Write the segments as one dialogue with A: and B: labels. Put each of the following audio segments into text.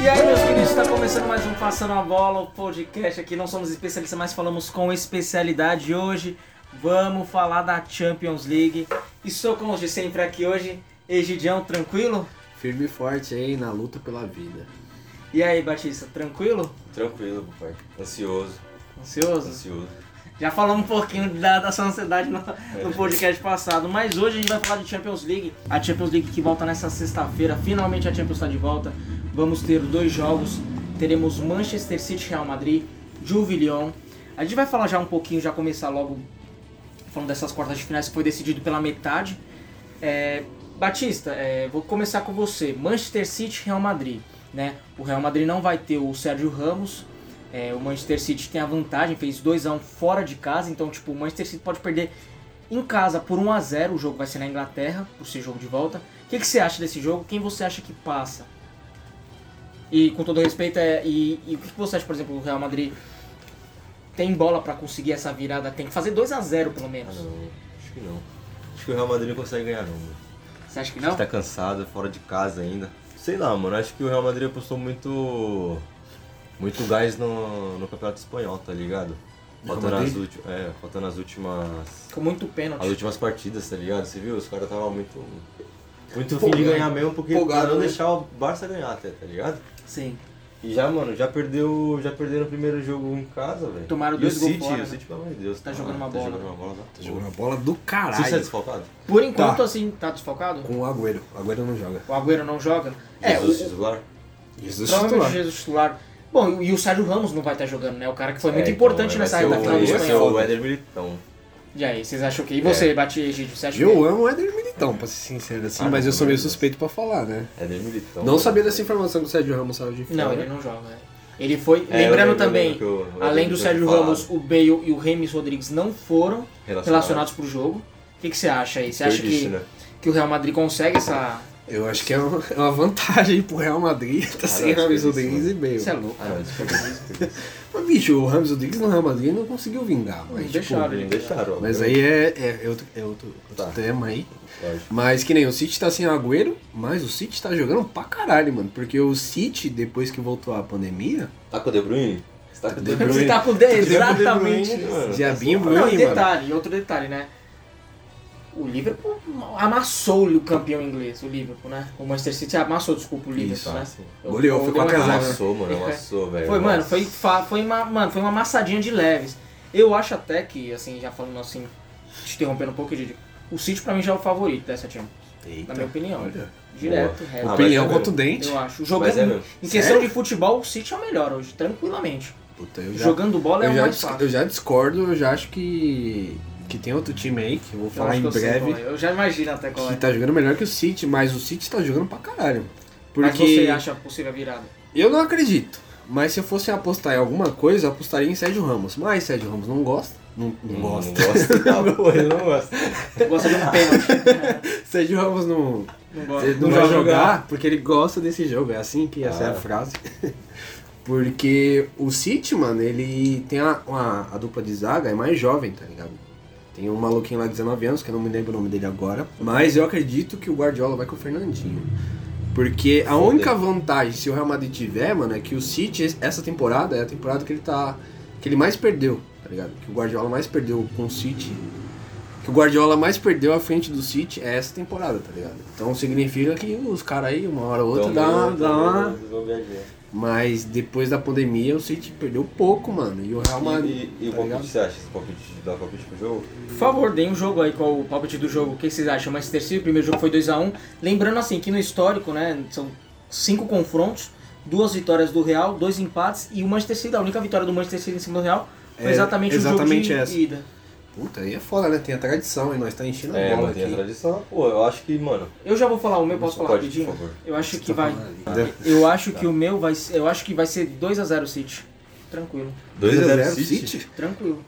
A: E aí, meus queridos, está começando mais um Passando a Bola, o podcast aqui. Não somos especialistas, mas falamos com especialidade. E Hoje vamos falar da Champions League. E sou com os de sempre aqui hoje, Egidião, tranquilo?
B: Firme e forte aí na luta pela vida.
A: E aí, Batista, tranquilo?
C: Tranquilo, papai. Ansioso,
A: Ansioso?
C: ansioso.
A: Já falamos um pouquinho da, da sua ansiedade no, no podcast passado, mas hoje a gente vai falar de Champions League. A Champions League que volta nessa sexta-feira, finalmente a Champions está de volta. Vamos ter dois jogos, teremos Manchester City e Real Madrid, Juve e Lyon. A gente vai falar já um pouquinho, já começar logo falando dessas quartas de finais que foi decidido pela metade. É, Batista, é, vou começar com você. Manchester City e Real Madrid. Né? O Real Madrid não vai ter o Sérgio Ramos, é, o Manchester City tem a vantagem, fez 2 a 1 fora de casa, então tipo, o Manchester City pode perder em casa por 1 a 0, o jogo vai ser na Inglaterra, por ser jogo de volta. O que, que você acha desse jogo? Quem você acha que passa? E com todo respeito, é, e, e o que que você acha, por exemplo, o Real Madrid tem bola pra conseguir essa virada? Tem que fazer 2 a 0 pelo
C: Ah,
A: menos.
C: não. Acho que não. Acho que o Real Madrid não consegue ganhar, não. Mano.
A: Você acha que não?
C: Tá cansado, fora de casa ainda. Sei lá, mano. Acho que o Real Madrid apostou muito. Muito gás no, no Campeonato Espanhol, tá ligado? Faltando as,
B: Madrid?
C: ulti- é, faltando as últimas.
A: Com muito
C: As
A: pênalti.
C: últimas partidas, tá ligado? Você viu? Os caras estavam muito. Muito fim de
B: Empolgado.
C: ganhar mesmo, porque pra
B: Empolgado,
C: não
B: né?
C: deixar o Barça ganhar até, tá ligado?
A: Sim.
C: E já, mano, já perdeu. Já perderam o primeiro jogo em casa, velho.
A: Tomaram
C: E
A: dois
C: o
A: gols
C: City,
A: fora, né?
C: o City, pelo amor de Deus.
A: Tá jogando uma
C: tá
A: bola.
C: Jogando uma bola, tá
B: Tá jogando a bola do caralho.
C: Você é desfalcado?
A: Por enquanto,
B: Tá.
A: assim, tá desfalcado?
B: Com o Agüero. O Agüero não joga.
A: O Agüero não joga? É,
C: Jesus
A: o-
C: titular?
B: Jesus
A: Provavelmente
B: titular.
A: o Jesus titular. Bom, e o Sérgio Ramos não vai estar jogando, né? O cara que foi muito
C: É,
A: importante
C: então,
A: nessa
C: vai
A: reta
C: ser o- é
A: final do
C: vai ser
A: espanhol.
C: o Éder Militão.
A: E aí, vocês acham que. E você,
C: É.
A: Bati Egídio, você acha que.
B: Eu amo o Éder Militão, pra ser sincero assim,
C: Ah,
B: mas eu sou meio
C: também.
B: suspeito pra falar, né?
C: Éder Militão.
B: Não sabia dessa informação que o Sérgio Ramos saiu de fora.
A: Não, ele não joga. é. Ele foi.
C: É, eu
A: lembrando
C: lembro,
A: também,
C: eu lembro que o- o
A: além
C: Éder
A: do
C: tinha
A: Sérgio
C: falado.
A: Ramos, o Bale e o Remes Rodrigues não foram
C: Relacionado.
A: relacionados pro jogo. O que, que você acha aí? Você
C: Eu
A: acha que,
C: disse, né?
A: que o Real Madrid consegue essa.
B: Eu acho que é uma, é uma vantagem pro Real Madrid, tá sem
C: não,
B: Ramos
C: desperdício,
B: Rodrigues e
A: Isso é
B: Bale.
A: louco.
C: Ah, não, desculpa.
B: Mas, bicho, o Ramos Rodrigues no Real Madrid não conseguiu vingar.
A: Não
B: Mas, tipo,
A: deixaram ele.
C: Deixaram.
B: mas aí é, é, é outro, é outro, outro
C: Tá.
B: tema aí.
C: Lógico.
B: Mas que nem o City tá sem Agüero, mas o City tá jogando pra caralho, mano. Porque o City, depois que voltou a pandemia,
C: Tá com o De Bruyne? Você tá com o De Bruyne?
A: Você tá com 10,
C: Tá com o De Bruyne,
A: exatamente.
C: mano.
B: Diabinho
C: Tá
A: Não, e
B: Bruyne, mano.
A: detalhe, outro detalhe, né? O Liverpool amassou o campeão inglês, o Liverpool, né? O Manchester City amassou, desculpa, o Liverpool,
B: Isso,
A: né?
C: assim.
B: Goleou, foi
A: dei uma
B: quatro a
C: zoado.
A: amassada.
B: zero.
C: Amassou, mano, amassou, velho.
A: É. Foi, mano,
C: Nossa.
A: foi, fa- foi uma, mano, foi uma amassadinha de leves. Eu acho até que, assim, já falando assim, te interrompendo um pouco, Didi, o City pra mim já é o favorito dessa time,
B: Eita,
A: na minha opinião.
B: olha.
A: Direto, reto.
C: Ah,
B: Opinião
C: mas é
B: contundente.
A: eu acho. Jogando,
C: Mas é mesmo.
A: em questão
B: Sério?
A: de futebol, o City é o melhor hoje, tranquilamente.
B: Puta, eu já,
A: Jogando bola é
B: eu,
A: o
B: já
A: mais
B: dis-
A: fácil.
B: eu já discordo, eu já acho que, que tem outro time aí, que eu vou
A: Eu
B: falar
A: acho que
B: em
A: eu sei
B: breve,
A: qual é. Eu já imagino até qual é.
B: que tá jogando melhor que o City, mas o City tá jogando pra caralho. mano. Porque
A: Mas você acha possível a virada?
B: eu não acredito. Mas se eu fosse apostar em alguma coisa, eu apostaria em Sérgio Ramos. Mas Sérgio Ramos não gosta. Não, não
C: Não
B: gosta.
C: gosta. Tá bom, ele não gosta.
A: Gosta de um pênalti.
B: Sérgio Ramos não,
A: Não
B: Ele
A: gosta.
B: não,
C: Não
B: vai jogar,
C: vai jogar.
B: porque ele gosta desse jogo, é assim que essa é a
C: Ah.
B: frase. porque o City, mano, ele tem a, uma- a dupla de zaga, é mais jovem, tá ligado? Tem um maluquinho lá de 19 anos, que eu não me lembro o nome dele agora. Mas eu acredito que o Guardiola vai com o Fernandinho. Porque a
C: Foda.
B: única vantagem, se o Real Madrid tiver, mano, é que o City, essa temporada, é a temporada que ele tá. que ele mais perdeu, tá ligado? Que o Guardiola mais perdeu com o City. Que o Guardiola mais perdeu à frente do City é essa temporada, tá ligado? Então significa que os caras aí, uma hora ou outra,
C: Então,
B: dá uma. Dá uma... Mas depois da pandemia o City perdeu pouco, mano. E o Real
C: E,
B: Madrid.
C: e, e o
B: tá
C: palpite,
B: ligado?
C: você acha? Esse palpite dá palpite pro jogo?
A: Por favor, deem um jogo aí qual o palpite do jogo. O que vocês acham? Manchester City, o primeiro jogo foi 2x1. Lembrando assim que no histórico, né, são cinco confrontos, duas vitórias do Real, dois empates e o Manchester City, a única vitória do Manchester City em cima do Real foi
B: É,
A: exatamente,
B: exatamente
A: o jogo de
B: essa.
A: ida.
B: Puta, aí é foda, né? Tem a tradição e nós tá enchendo a
C: É,
B: bola
C: mantém a
B: aqui.
C: tradição. Pô, eu acho que, mano.
A: Eu já vou falar o meu, posso falar
C: Pode,
A: rapidinho?
C: por favor.
A: Eu acho que
B: Tá
A: vai
B: falando ali.
A: Eu acho que o meu vai ser, eu acho que vai ser 2 a 0 City. Tranquilo.
C: 2x0
B: 2x0
C: City?
A: Tranquilo.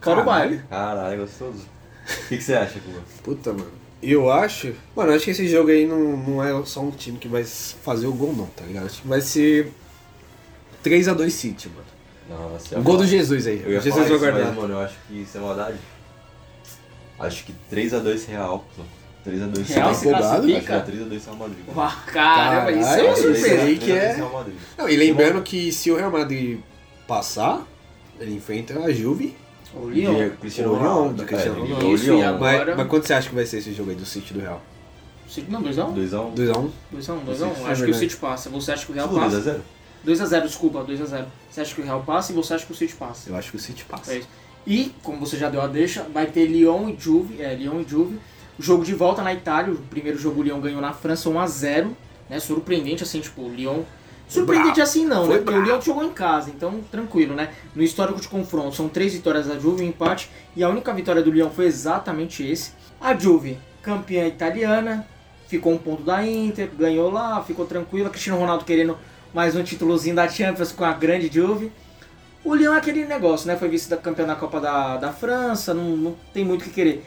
A: Fora o
B: Caralho.
A: baile.
C: Caralho, gostoso. O que, que você acha, Cuba?
B: Puta, mano. Eu acho. Mano, eu acho que esse jogo aí não, não é só um time que vai fazer o gol, não, tá ligado? Acho que vai ser 3x2 City, mano.
C: Nossa,
B: O gol do
C: Jesus.
B: Jesus aí.
C: Tá Eu ia
B: Jesus
C: falar
B: vai
C: isso,
B: guardar.
C: mas, mano, eu acho que isso é maldade. Acho que 3x2 Real, pô. 3x2
A: Real se classifica?
C: Acho que é 3x2 Real Madrid.
A: Uau, caramba, isso é uma
B: Caralho,
A: surpresa.
B: aí que é-
C: 3x2 Real Madrid.
B: Não, e lembrando que se o Real Madrid passar, ele enfrenta a Juve.
A: O Lyon.
C: De Cristiano
B: O Real,
C: Ronaldo.
B: de Cristiano
C: é,
B: Ronaldo.
C: de
A: Isso,
C: Lyon.
A: e agora-
B: Mas, mas quanto você acha que vai ser esse jogo aí do City e do Real?
A: City- Não, 2x1?
C: 2x1.
B: 2x1?
A: 2x1, 2x1.
B: É
A: Acho que o
B: verdade.
A: City passa. Você acha que o Real passa?
C: 2x0.
A: 2x0, desculpa, 2x0. Você acha que o Real passa e você acha que o City passa.
B: Eu acho que o City passa.
A: É isso. E, como você já deu a deixa, vai ter Lyon e Juve, é, Lyon e Juve. O jogo de volta na Itália, o primeiro jogo o Lyon ganhou na França 1x0, né? Surpreendente assim, tipo, o Lyon... Surpreendente
B: bravo.
A: assim não,
B: Foi
A: né? Porque o Lyon jogou em casa, então tranquilo, né? No histórico de confronto, são três vitórias da Juve, um empate, e a única vitória do Lyon foi exatamente esse. A Juve, campeã italiana, ficou um ponto da Inter, ganhou lá, ficou tranquila. Cristiano Ronaldo querendo mais um títulozinho da Champions com a grande Juve. O Lyon é aquele negócio, né? Foi vice-campeão da Copa da, da França, não, não tem muito o que querer.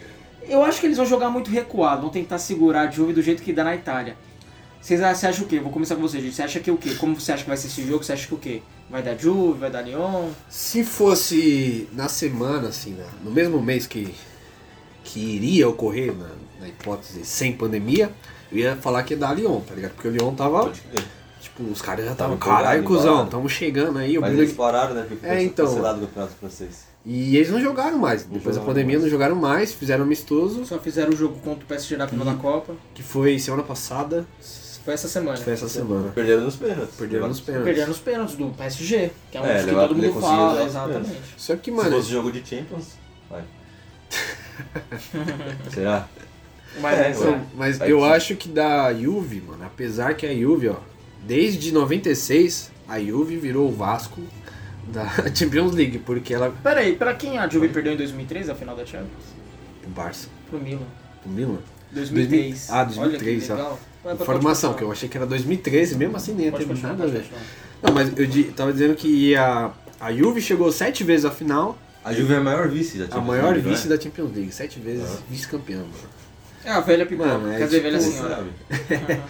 A: Eu acho que eles vão jogar muito recuado, vão tentar segurar a Juve do jeito que dá na Itália. Vocês você ah, acha o quê? Vou começar com você, gente. Você acha que o quê? Como você acha que vai ser esse jogo? Você acha que o quê? Vai dar Juve, vai dar Lyon?
B: Se fosse na semana, assim, né, no mesmo mês que, que iria ocorrer, na, na hipótese sem pandemia, eu ia falar que ia dar Lyon, tá ligado? Porque o Lyon tava,
C: Pode crer.
B: tipo, os caras já estavam,
C: empolgado,
B: caralho, cuzão,
C: embalado."
B: estamos chegando aí. o
C: Mas
B: Bruno-
C: eles pararam, né? Porque foi
B: É, então.
C: cancelado o campeonato francês.
B: E eles não jogaram mais.
C: Não
B: Depois da
C: jogaram
B: pandemia,
C: mais.
B: não jogaram mais, fizeram amistoso,
A: Só fizeram o jogo contra o PSG na final da
B: Uhum.
A: Copa.
B: que foi semana passada,
A: Foi essa semana.
B: foi
C: É,
B: essa semana.
C: Perderam nos pênaltis.
B: Perderam nos pênaltis.
A: Perderam os pênaltis do PSG, que é um
C: É,
A: dos que
C: levar-
A: todo mundo
C: conseguiu
A: fala,
B: né?
C: levar os
A: exatamente.
B: Só que,
C: Se
B: mano,
C: fosse jogo de Champions, vai. Será?
A: Mas
C: É,
A: é,
C: ué.
B: Mas
C: Vai
B: eu
C: que-
B: acho que da Juve, mano, apesar que a Juve, ó, desde 96, a Juve virou o Vasco da Champions League, porque ela.
A: Peraí, pra quem a Juve perdeu em 2003 a final da Champions?
B: O Barça.
A: Pro Milan.
B: O Milan?
A: 2003.
B: Ah,
A: Olha
B: 2003,
A: que
B: ó.
A: legal. Vai, pode
B: Informação,
A: continuar.
B: que eu achei que era 2013, mesmo assim nem ia
A: Pode
B: ter
A: continuar,
B: nada a
A: pode
B: ver.
A: continuar.
B: Não, mas eu di- tava dizendo que a, a Juve chegou sete vezes à final,
C: A Juve é a maior vice da
B: a
A: tá
C: Champions
B: maior
C: League, não é?
A: né?
B: vice da Champions League, sete vezes
C: Ah.
B: vice-campeã, mano.
A: É a velha pipoca,
B: Mano, é
A: quer dizer,
B: tipo-
A: velha
C: Você
A: senhora.
C: sabe. Você
A: é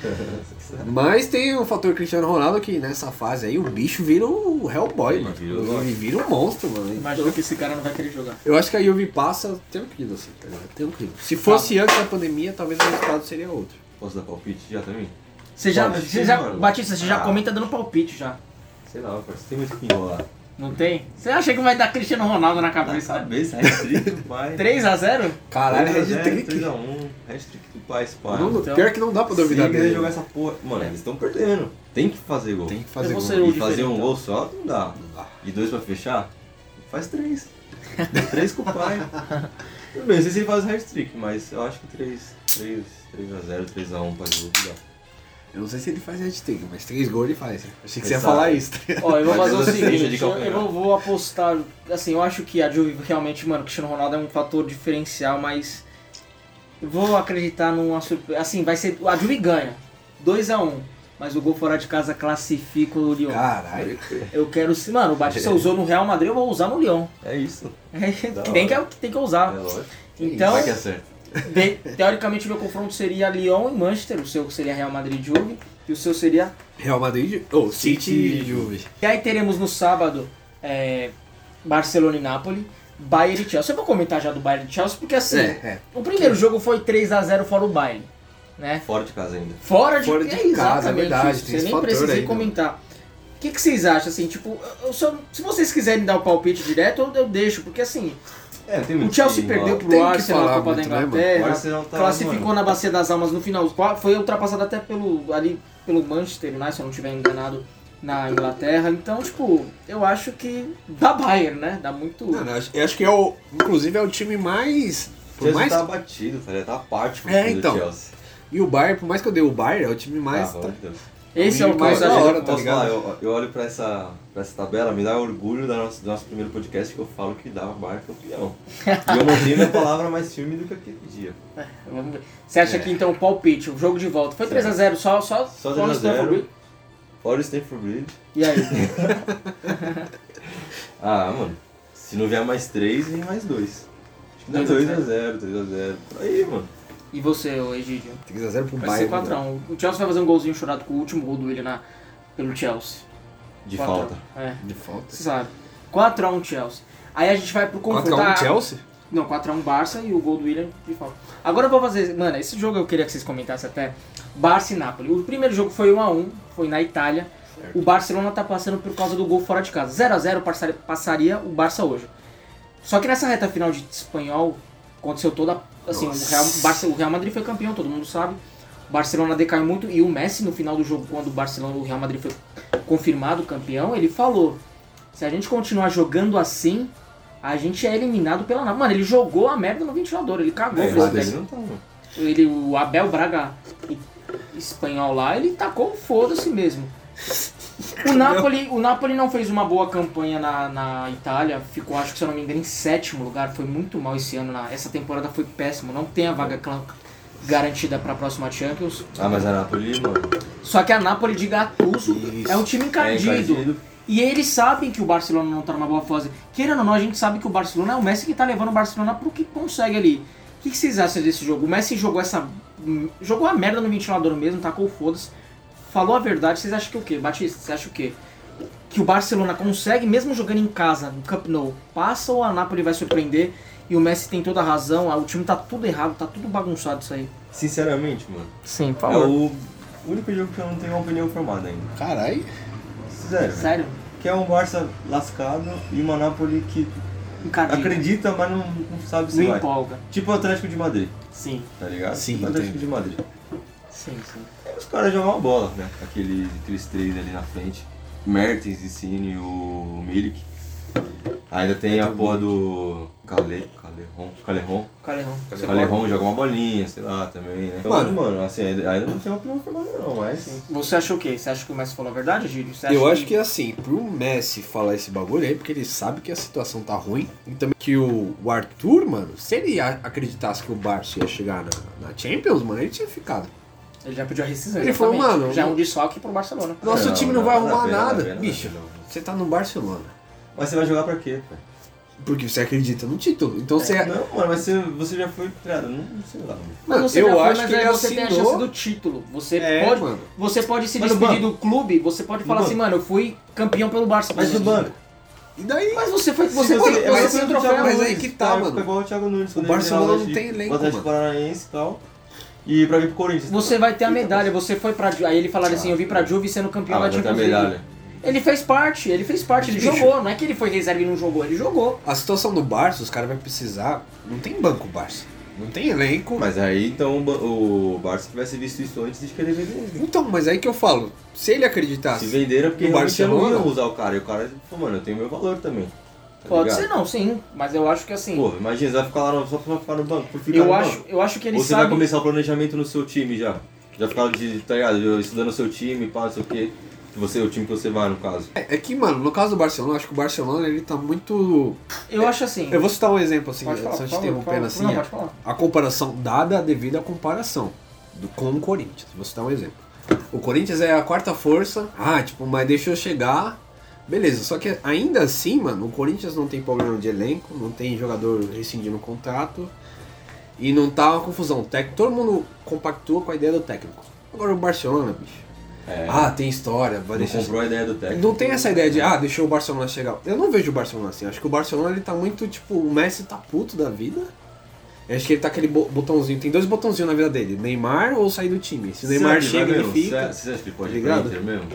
C: sabe.
B: Mas tem o fator Cristiano Ronaldo que nessa fase aí o bicho vira o Hellboy,
C: Ele
B: mano.
C: vira o
B: ele
C: Loki.
B: vira um monstro, mano.
A: Imagina que esse cara não vai querer jogar.
B: Eu acho que a Juve passa tranquilo, assim, tá ligado? Tranquilo. Se fosse antes da pandemia, talvez o resultado seria outro.
C: Posso dar palpite já também?
A: Você já,
C: Pode
A: você
C: sim,
A: já
C: mano.
A: Batista, você já
C: Ah.
A: comenta dando palpite já.
C: Sei lá, parceiro. Tem muito que enrolar.
A: Não tem? Você acha que vai dar Cristiano Ronaldo na
B: Tá.
C: Na
A: cabeça?
C: cabeça, hat-trick do pai.
A: 3x0?
B: Caralho,
C: Três a zero,
B: hat-trick.
C: três a um, hat-trick do pai, esse pai.
B: Não-
A: Então,
B: Pior que não dá pra duvidar
C: Se quiser
B: dele.
C: jogar essa porra... Mano, eles estão perdendo. Tem que fazer gol.
B: Tem que
A: Eu
B: fazer
A: vou
B: gol.
A: ser o-
C: E fazer um
A: Diferente.
C: gol só não dá.
B: Não dá.
C: E dois pra fechar? Faz três. três com o pai. Tudo bem, não sei se ele faz hat-trick, mas eu acho que três, três, três a zero, três a um pra jogo que dá.
B: Eu não sei se ele faz hat-trick, mas três gols ele faz. Achei que você ia
C: Exato.
B: falar isso. tá ligado?
A: Ó, eu vou
C: Mas
A: fazer o
C: eu sei,
A: seguinte,
C: de
A: eu,
C: calcanhar.
A: eu não vou apostar, assim, eu acho que a Juve realmente, mano, Cristiano Ronaldo é um fator diferencial, mas eu vou acreditar numa surpresa, assim, vai ser, a Juve ganha, 2x1, mas o gol fora de casa classifica o Lyon.
B: Caralho.
A: Eu quero, se- mano, o Batista usou no Real Madrid, eu vou usar no Lyon,
C: É isso. Da
A: que, tem que,
C: hora.
A: que tem que
C: É
A: usar.
C: lógico.
A: Ah, Então,
C: Vai que é acerta.
A: Bem, teoricamente, o meu confronto seria Lyon e Manchester. O seu seria Real Madrid e Juve. E o seu seria.
B: Real Madrid, ou City e Juve.
A: E aí teremos no sábado é, Barcelona e Nápoles, Bayern e Chelsea. Eu vou comentar já do Bayern e Chelsea, porque assim,
B: É, é.
A: o primeiro jogo foi 3 a 0 fora o Bayern. Né?
C: Fora de casa ainda.
A: Fora de,
B: Fora de
A: é
B: casa, é
A: exatamente
B: verdade,
A: isso.
B: tem esse
A: Você nem
B: fator
A: precisa
B: aí, né?
A: comentar. O que, que vocês acham, assim, tipo, eu- eu só- se vocês quiserem dar o palpite direto, eu, eu deixo, porque assim,
C: É, tem
A: o Chelsea perdeu
B: Tem
A: pro
B: que
A: Arsenal na
B: falar
A: Copa da
B: muito, né, mano?
A: Inglaterra,
C: O Arsenal tá,
A: classificou
C: mano.
A: na bacia das almas no final. Qua- Foi ultrapassado até pelo ali pelo Manchester United, se eu não estiver enganado, na Inglaterra. Então, tipo, eu acho que dá Bayern, né? Dá muito.
B: Mano, eu acho- eu acho que é o. Inclusive é o time mais.
C: O
B: Por
C: Chelsea
B: mais
C: tá batido, tá ligado? Tá apático
B: É,
C: time
B: então.
C: do Chelsea.
B: E o Bayern, por mais que eu dei o Bayern, é o time mais.
C: Ah, pelo amor de Deus.
A: Esse é o
B: e
A: mais
B: mais
A: da
B: da hora,
A: hora,
B: tá
C: Posso
B: ligado?
C: falar, eu, eu olho pra essa, pra essa tabela, me dá orgulho da nossa- do nosso primeiro podcast que eu falo que dava Bayern campeão. e eu mantive minha palavra mais firme do que aquele dia.
A: Vamos ver. Você acha
C: É.
A: que então o palpite, o jogo de volta, foi
C: Certo.
A: 3x0 só, só,
C: Só
A: no
C: 3 a 0.
A: Stamford Bridge?
C: Fora o Stanford Bridge.
A: E aí?
C: Ah, mano, se não vier mais 3, vem mais 2. Acho que dá
A: Dois a
C: 2x0, 3x0. Por aí, mano.
A: e você, ô Egídio?
B: 3x0 pro
A: Vai ser
B: Bayern. né? mano.
C: né?
A: 4x1. O Chelsea vai fazer um golzinho chorado com o último gol do Willian na- pelo Chelsea.
C: De
A: 4 a 1.
C: falta.
B: um.
A: É.
B: De falta.
C: um,
A: Você sabe. 4x1 Chelsea. Aí um, a gente vai pro confronto. Ah,
B: 4x1 Chelsea?
A: Não, 4x1 Barça e o gol do William de falta. Agora eu vou fazer. Mano, esse jogo eu queria que vocês comentassem até. Barça e Napoli. O primeiro jogo foi 1x1, foi na Itália. O Barcelona tá passando por causa do gol fora de casa. 0x0 passar- passaria o Barça hoje. Só que nessa reta final de espanhol, aconteceu toda. Assim, o Real, Barça- o Real Madrid foi campeão, todo mundo sabe. O Barcelona decaiu muito e o Messi, no final do jogo, quando o Barcelona, o Real Madrid foi confirmado campeão, ele falou: se a gente continuar jogando assim, a gente é eliminado pela Napoli. Mano, ele jogou a merda no ventilador, ele cagou.
C: É,
A: fez o
C: mas
B: Foda-se.
C: eles
A: técnico.
C: não tão.
A: ele, o Abel Braga e- espanhol lá, ele tacou o foda-se mesmo. O Napoli, o Napoli não fez uma boa campanha na, na Itália, ficou, acho que se eu não me engano, em sétimo lugar, foi muito mal esse ano, na- essa temporada foi péssimo, não tem a vaga cla- garantida para a próxima Champions.
C: Ah, mas a Napoli, mano.
A: Só que a Napoli de Gattuso
B: Isso.
A: é um time encardido.
C: É encardido.
A: E eles sabem que o Barcelona não tá numa boa fase. Querendo ou não, a gente sabe que o Barcelona é o Messi que tá levando o Barcelona pro que consegue ali. O que, que vocês acham desse jogo? O Messi jogou essa. hum, jogou a merda no ventilador mesmo, tacou o foda-se. Falou a verdade, vocês acham que o quê? Batista, você acha o quê? Que o Barcelona consegue, mesmo jogando em casa, no Camp Nou, passa ou a Napoli vai surpreender? E o Messi tem toda a razão, ah, o time tá tudo errado, tá tudo bagunçado isso aí.
C: Sinceramente, mano.
A: Sim,
C: É o único jogo que eu não tenho uma opinião formada ainda.
B: Caralho.
C: Sério. velho.
A: Sério?
C: Que é um Barça lascado e uma Napoli que
A: Encardido.
C: acredita, mas não, não sabe se
A: Não
C: vai.
A: empolga.
C: Tipo o Atlético de Madrid,
A: Sim,
C: tá ligado?
B: Sim,
C: Tipo o Atlético
B: entendo.
C: de Madrid.
A: sim, sim.
C: Os caras jogam a bola, né? Aquele, aqueles três ali na frente. Mertens, Cine, o Milik. Ainda tem a porra do Cale, Caleron, Caleron.
A: Calerrão.
C: Caleron joga uma bolinha, sei lá, também, né? Então,
B: Mano.
C: mano, assim, ainda, ainda não tem uma opinião formada não, mas sim.
A: Você achou o quê? Você acha que o Messi falou a verdade, Gílio? Você acha
B: Eu acho que assim, pro Messi falar esse bagulho aí, porque ele sabe que a situação tá ruim. E também que o, o Arthur, mano, se ele a- acreditasse que o Barça ia chegar na, na Champions, mano, ele tinha ficado.
A: Ele já pediu a rescisão,
B: Ele
A: exatamente.
B: falou, mano,
A: Já é um desfalque pro Barcelona.
B: Nosso
C: Não,
B: time não,
C: É, não,
B: vai
C: não dá
B: arrumar
C: pena,
B: nada.
C: não dá pena,
B: Bicho,
C: não dá pena.
B: você tá no Barcelona.
C: Mas você vai jogar pra quê, pai?
B: Porque você acredita no título. Então você.
C: É, Não, mano, mas você, você já foi, cara, não sei lá. mano.
B: Mano,
A: você já
B: eu
A: foi,
B: acho
A: mas
B: que
A: aí
B: ele
A: você tem a chance do
B: assinou.
A: título. Você
B: É,
A: pode,
B: mano.
A: você pode se
C: Mas no
A: despedir do clube, você pode falar
C: No
A: assim, mano, eu fui campeão pelo Barça.
C: Mas do banco.
B: E daí?
A: Mas você foi, você,
C: Se é
A: foi, você,
B: mas
A: foi
B: se
A: o
B: o
A: troféu.
B: Thiago- mas
A: mano.
B: aí que tá,
C: Vai
B: mano.
C: Igual o Thiago Nunes, quando ele
B: Barcelona
C: jogava
B: não
C: de-
B: tem elenco,
C: O Atlético Paranaense e tal. E pra vir pro Corinthians.
A: Você vai ter a
B: Então.
A: medalha, você foi pra... Ju- Aí ele falaram assim, eu vim pra Juve sendo campeão da
C: Ah, mas vai ter a
A: Champions League.
C: medalha.
A: Ele fez parte, ele fez parte, ele
B: Bicho.
A: jogou. Não é que ele foi reserva e não jogou, ele jogou.
B: A situação do Barça, os caras vão precisar. Não tem banco Barça. Não tem elenco.
C: Mas aí então o Ba- o Barça tivesse visto isso antes de querer vender.
B: Então, mas aí que eu falo. Se ele acreditasse.
C: Se venderam porque
B: No
C: realmente não iam
B: Barcelona?
C: usar o cara. E o cara falou, mano, eu tenho meu valor também. Tá
A: Pode
C: ligado?
A: ser não, sim. Mas eu acho que assim...
C: Pô, imagina, você vai ficar lá no, só pra ficar no banco. Por ficar
A: eu,
C: no
A: acho,
C: banco.
A: eu acho que ele
C: Ou você
A: sabe...
C: vai começar o planejamento no seu time já. Já ficar de, tá ligado? Estudando o seu time, pá, não sei o quê. Você, o time que você vai, no caso.
B: É que, mano, no caso do Barcelona, eu acho que o Barcelona ele tá muito.
A: Eu acho assim...
B: Eu vou citar um exemplo assim,
A: Pode falar,
B: só te
A: por favor, por
B: interrompendo
A: favor.
B: assim.
A: Não,
B: é,
A: pode falar.
B: A comparação dada a devida comparação do, com o Corinthians. Vou citar um exemplo. O Corinthians é a quarta força. Ah, tipo, mas deixou chegar. Beleza, só que ainda assim, mano, o Corinthians não tem problema de elenco, não tem jogador rescindindo contrato. E não tá uma confusão. O técnico- Todo mundo compactua com a ideia do técnico. Agora o Barcelona, bicho.
C: É,
B: Ah, tem história, vai
C: não
B: deixar.
C: comprou a ideia do técnico.
B: Não tem essa ideia de, ah, deixou o Barcelona chegar. Eu não vejo o Barcelona assim. Acho que o Barcelona ele tá muito, tipo, o Messi tá puto da vida. Eu acho que ele tá aquele bo- botãozinho, tem dois botãozinhos na vida dele: Neymar ou sair do time. Se o Neymar
C: Será que
B: chega,
C: vai
B: ele
C: mesmo?
B: fica.
C: Você acha que ele pode
A: Tá
C: ir pra
B: Ligado?
C: Inter mesmo?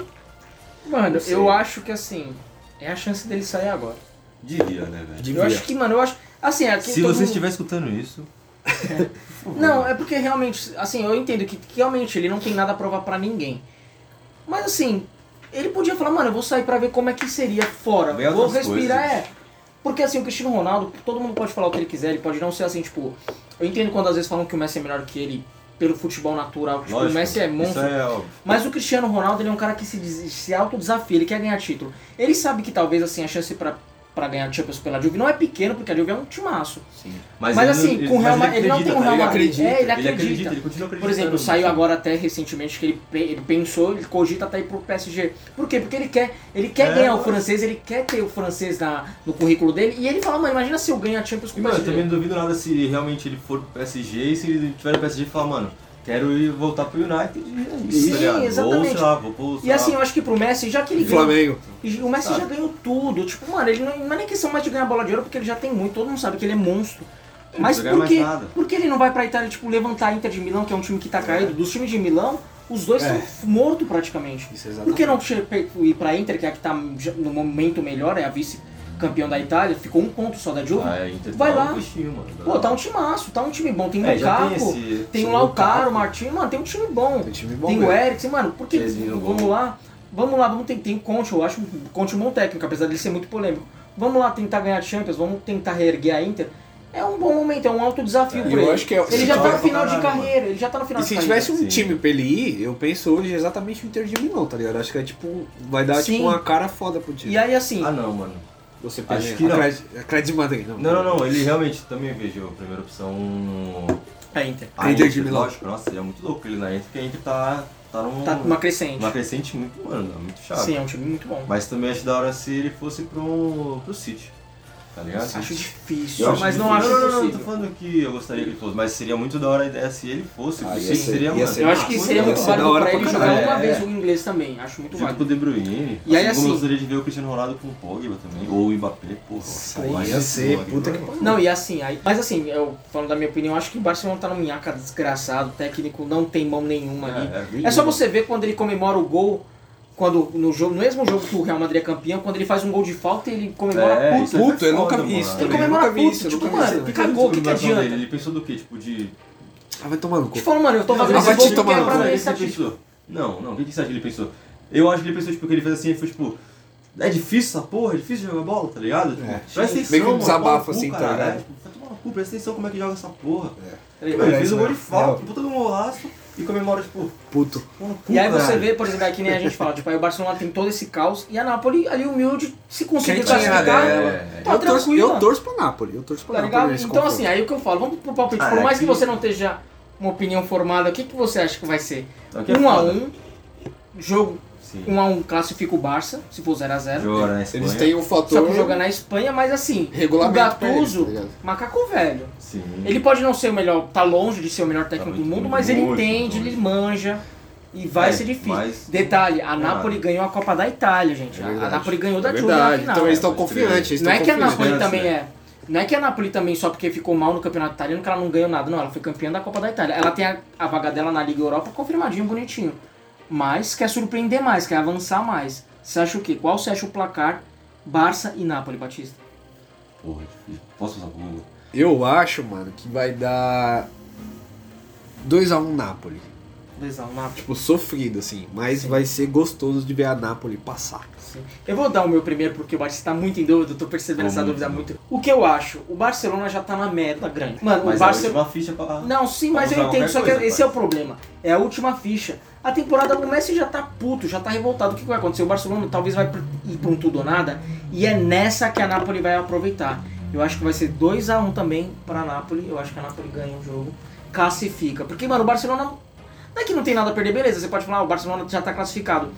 A: Mano,
C: Não sei.
A: eu acho que assim, é a chance dele sair agora.
C: Devia, né, velho?
B: Devia.
A: Eu acho que, mano, eu acho. Assim, aqui
C: Se
A: todo
C: você
A: mundo-
C: estiver escutando isso,
A: Não, é porque realmente, assim, eu entendo que, que realmente ele não tem nada a provar pra ninguém. Mas assim, ele podia falar, mano, eu vou sair pra ver como é que seria fora.
C: Ver
A: vou
C: outras
A: respirar,
C: coisas.
A: é. Porque assim, o Cristiano Ronaldo, todo mundo pode falar o que ele quiser, ele pode não ser assim, tipo. Eu entendo quando às vezes falam que o Messi é melhor que ele pelo futebol natural. Tipo,
C: lógico,
A: o Messi é
C: Isso
A: monstro.
C: é óbvio.
A: Mas o Cristiano Ronaldo ele é um cara que se, des- se autodesafia, ele quer ganhar título. Ele sabe que talvez assim a chance pra, pra ganhar Champions pela Juve não é pequena, porque a Juve é um timaço. Mas,
C: ele
A: assim,
C: não-
A: com o Real Madrid, ele não tem
C: acredita,
A: um Real
C: tá ligado?
A: Madrid. É, ele
C: Ele
A: acredita.
C: acredita, ele continua acreditando.
A: Por exemplo,
C: no
A: saiu
C: time.
A: agora até recentemente que ele, pe- ele pensou, ele cogita até ir pro PSG. Por quê? Porque ele quer, ele quer
C: É,
A: ganhar o
C: mas-
A: francês, ele quer ter o francês na, no currículo dele. E ele fala, mano, imagina se eu ganho a Champions com
C: E,
A: o
C: mano, eu
A: PSG.
C: também não duvido nada se realmente ele for pro PSG e se ele tiver no PSG e falar, mano, quero ir voltar pro United. e é isso,
A: Sim,
C: tá ligado? Ou,
A: exatamente.
C: sei lá, vou pro, sei
A: E assim,
C: lá,
A: eu acho que pro Messi, já que ele ganhou
B: Flamengo.
A: E O Messi já ganhou tudo. Tipo, mano, ele não, não é nem questão mais de ganhar bola de ouro, porque ele já tem muito. Todo mundo sabe que ele é monstro. Mas
C: jogar
A: por
C: mais
A: que,
C: nada.
A: por que ele não vai pra Itália, tipo, levantar a Inter de Milão, que é um time que tá caído? Dos times de Milão, os dois
B: É.
A: estão mortos praticamente.
B: Isso, exatamente.
A: Por que não che- pe- ir pra Inter, que é a que tá já no momento melhor, é a vice-campeão da Itália, ficou um ponto só da Juve?
C: Ah, a Inter
A: Vai
C: tá
A: lá.
C: um coxinho, mano.
A: Pô, tá um timaço, tá um time bom. Tem o
C: É, já
A: Lukaku,
C: tem esse-
A: tem um
C: esse
A: o Lautaro,
C: Lukaku.
A: o Martinho, mano, tem um time bom.
B: tá. Tem time bom
A: Tem o
B: mesmo.
A: Eriksen, mano, por que,
C: Três mil
A: vamos
C: gol.
A: lá, vamos lá, vamos tentar, tem o Conte, eu acho o Conte um bom técnico, apesar dele ser muito polêmico. Vamos lá tentar ganhar a Champions, vamos tentar reerguer a Inter. É um bom momento, é um alto desafio pra
B: eu
A: ele.
B: acho que é-
A: ele
B: se
A: já tá no
B: tiver-
A: final de
D: caralho,
A: carreira, ele já tá no final
B: E
A: de
B: se
A: carreira.
B: tivesse um
C: Sim.
B: time pra ele ir, eu penso hoje exatamente o Inter de Milão, tá ligado? Acho que é tipo. Vai dar
A: Sim.
B: tipo uma cara foda pro time.
A: E aí assim,
C: Ah, não, mano.
B: Você
C: Acho
B: pega
C: que não.
B: Atlético- Atlético de Madrid, não.
C: Não, não, não. Ele realmente também vejo a primeira opção no.
B: Ah,
A: a é, Inter
C: a
B: Inter de Milão.
C: lógico, nossa, seria muito louco ele na Inter, porque a Inter tá, tá num.
A: tá numa crescente.
C: uma crescente muito, mano, muito chave.
A: Sim, é um time muito bom.
C: Mas também acho da hora se ele fosse pro, pro City. Tá ligado?
B: assim,
A: Acho
C: Eu
A: difícil,
C: acho
A: mas não acho
C: difícil. Não, não, não, tô
A: impossível.
C: falando que eu gostaria que ele fosse, mas seria muito da hora a ideia se ele fosse.
B: Ah,
C: pro
B: ia
C: City
B: ser-
C: seria,
B: ia
C: mano.
B: ser
A: Eu acho que
C: assim,
B: Nossa,
A: seria
B: ia
A: muito
B: ser
A: válido
B: da hora
A: pra
B: pra
A: ele jogar
B: caralho. Tipo,
A: uma
C: É.
A: vez o inglês também. Acho muito
C: Junto
A: válido.
C: com o De Bruyne.
A: E aí,
C: assim,
A: assim-
C: como eu gostaria de ver o Cristiano Ronaldo com o Pogba também. Ou o Mbappé, porra.
B: Pô,
C: Vai
B: ia ser,
C: mano.
B: puta que pariu.
A: Não, e assim, aí, mas assim, eu falando da minha opinião, acho que o Barcelona tá no minhaca desgraçado, o técnico não tem mão nenhuma ali.
C: É,
A: É, só você ver quando ele comemora o gol, quando no jogo, no mesmo jogo que o Real Madrid é campeão, quando ele faz um gol de falta, ele comemora
C: É,
A: puto.
C: isso é
B: Puto, eu
C: foda,
B: nunca vi
C: mano.
B: isso
A: Ele
B: também.
A: comemora
B: nunca vi
A: puto,
B: isso,
A: tipo,
B: nunca vi isso
A: mano,
B: também.
A: cagou, o que que
C: Ele pensou
A: adianta?
C: Ele pensou do quê? Tipo, de.
B: Ah, vai tomar no
A: Te
B: cu.
A: fala, mano, eu tô fazendo
B: Não,
A: esse
B: vai
A: gol é
B: te
A: que
B: tomar no
A: quebra
B: cu.
A: a
C: Não,
A: minha
C: ele sempre
A: estatística.
C: pensou. Não, não, o que que você acha que ele pensou? Eu acho que ele pensou, tipo, que ele fez assim, ele foi tipo. É difícil essa porra, é difícil jogar bola, tá ligado? Tipo,
B: É.
C: Presta atenção.
B: Meio que um
C: mano,
B: desabafo,
C: toma no cu,
B: assim, tá
C: caralho.
B: ligado? É.
C: É, tipo, vai tomar no cu, presta atenção como é que joga essa porra.
A: Tá ligado?
C: Mano, Ele fez um gol de
B: Não.
C: falta, um puta de um golaço e comemora, tipo,
B: Puto.
C: pô, no cu,
A: E aí você
C: caralho.
A: vê, por exemplo, aqui nem a gente fala, tipo, aí o Barcelona tem todo esse caos e a Napoli ali humilde se conseguir
B: Quem tinha
A: classificar,
B: dela?
A: tá
B: né? É, eu, torço,
A: tranquila.
B: eu torço pra Nápoles. Eu torço pra
A: Tá
B: Nápoles
A: ligado?
B: nesse
A: Então,
B: confronto.
A: assim, aí o que eu falo, vamos pro palpite. Por
C: Ah,
A: mais que
C: aqui-
A: você não esteja uma opinião formada, o que, que você acha que vai ser?
C: Aqui é
A: 1 a
C: foda.
A: 1 jogo
C: Sim.
A: 1 a 1 classifica o Barça, se for 0 a 0
C: Joga na Espanha.
B: eles têm um
A: é? Só
B: fator.
A: que joga na Espanha, mas assim, o
B: Regulamento pra eles,
A: Gattuso,
B: tá ligado?
A: macaco velho.
C: Sim.
A: Ele pode não ser o melhor, tá longe de ser o melhor técnico
C: Tá
A: do
C: muito-
A: mundo, mas ele
C: muito
A: entende,
C: longe.
A: ele manja e vai
C: É,
A: ser difícil.
C: mas-
A: Detalhe, a
C: Ah.
A: Napoli ganhou a Copa da Itália, gente.
B: É
A: A- a
B: verdade.
A: Napoli ganhou da
B: É
A: Juve na
B: verdade.
A: final.
B: Então eles estão
C: É, pode
B: confiantes. eles
A: Não é
B: tão
A: que a
B: confiantes.
A: Napoli
C: Esperança,
A: também
C: né?
A: é. Não é que a Napoli também, só porque ficou mal no campeonato italiano, que ela não ganhou nada. Não, ela foi campeã da Copa da Itália. Ela tem a, a vaga dela na Liga Europa confirmadinho, bonitinho. Mas quer surpreender mais, quer avançar mais. Você acha o quê? Qual você acha o placar Barça e Napoli, Batista?
C: Porra, é difícil. Posso passar pro Google?
B: Eu acho, mano, que vai dar 2x1 Nápoles.
A: Lesão, Napoli.
B: Tipo, sofrido, assim. Mas vai ser gostoso de ver a Nápoles passar.
A: Sim. Eu vou dar o meu primeiro porque o Batista tá muito em dúvida, eu tô percebendo
C: Tô
A: essa
C: muito
A: dúvida
C: em
A: muito. O que eu acho? O Barcelona já tá na meta grande. Mano,
C: Mas
A: o Barcelona.
C: é a última ficha pra...
A: Não, sim,
C: Vamos
A: mas eu entendo,
C: jogar qualquer
A: só que
C: coisa,
A: esse é o
C: pai.
A: problema. É a última ficha. A temporada, o Messi já tá puto, já tá revoltado. O que que vai acontecer? O Barcelona talvez vai pr- ir pra um tudo ou nada. E é nessa que a Napoli vai aproveitar. Eu acho que vai ser 2 a 1 também pra Napoli. Eu acho que a Napoli ganha o jogo. Classifica. Porque, mano, o Barcelona. Não é que não tem nada a perder, beleza. Você pode falar, ah, o Barcelona já tá classificado.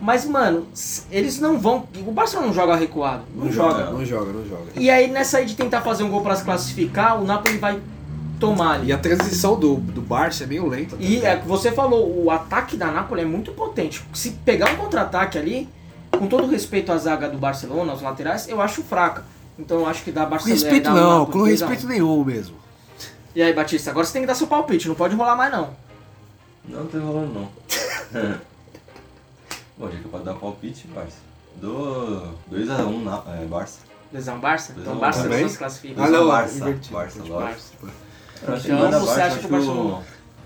A: Mas, mano, s- eles não vão. O Barcelona não joga recuado. Não, joga. né?
B: Não joga, não joga.
A: E aí, nessa aí de tentar fazer um gol pra se classificar, o Napoli vai tomar ali.
B: E a transição do, do Barça é meio lenta. tá
A: E é o
B: ligado?
A: que você falou, o ataque da Nápoles é muito potente. Se pegar um contra-ataque ali, com todo respeito à zaga do Barcelona, aos laterais, eu acho fraca. Então eu acho que dá
B: Com
A: Barcelona.
B: respeito
A: né? dá
B: não,
A: Nápoles
B: com
A: 2 a 1.
B: respeito nenhum mesmo.
A: E aí, Batista, agora você tem que dar seu palpite, não pode rolar mais não.
C: Não, não tá enrolando não. Bom, já que eu posso dar um palpite, Barça. Do 2x1 na... é, Barça.
A: Lesão Barça? Então
C: Lesão
A: Barça
B: também?
A: não se classifica.
B: Ah, não,
C: Barça.
B: invertido.
C: Barça, lógico.
A: Barça.
C: Eu acho que
A: Então,
C: vai dar
A: você
C: Barça,
A: acha que o Barcelona-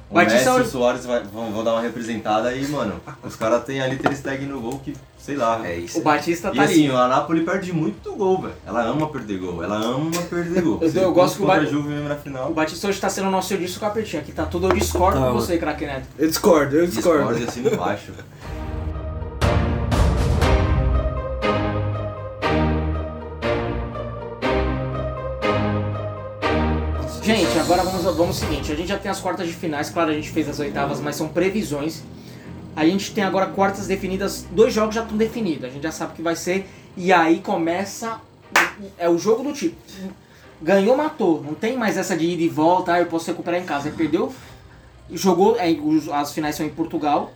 C: O
A: Vai de
C: Messi e
A: Saúde.
C: o Soares vai- vão, vão dar uma representada aí, mano. Os caras têm ali Ter Stegen no gol que, sei lá.
A: O Batista
C: E
A: tá ali.
C: assim, a Napoli perde muito gol, velho. Ela ama perder gol, ela ama perder gol.
A: Eu-
C: Se
A: eu gosto
C: fosse
A: que o
C: contra
A: Bar-
C: a Juve mesmo na
A: O
C: final.
A: Batista hoje tá sendo o nosso eu disse o capetinho aqui, tá tudo eu discordo
B: Tá,
A: com
B: mano.
A: você, craque Neto.
B: Eu discordo, eu
C: Discord assim embaixo.
A: Gente, agora vamos, vamos ao seguinte, a gente já tem as quartas de finais, claro, a gente fez as oitavas, mas são previsões. A gente tem agora quartas definidas, dois jogos já estão definidos, a gente já sabe o que vai ser, e aí começa, o- é o jogo do tipo, ganhou, matou, não tem mais essa de ida e volta, ah, eu posso recuperar em casa, perdeu, jogou, é, os- as finais são em Portugal.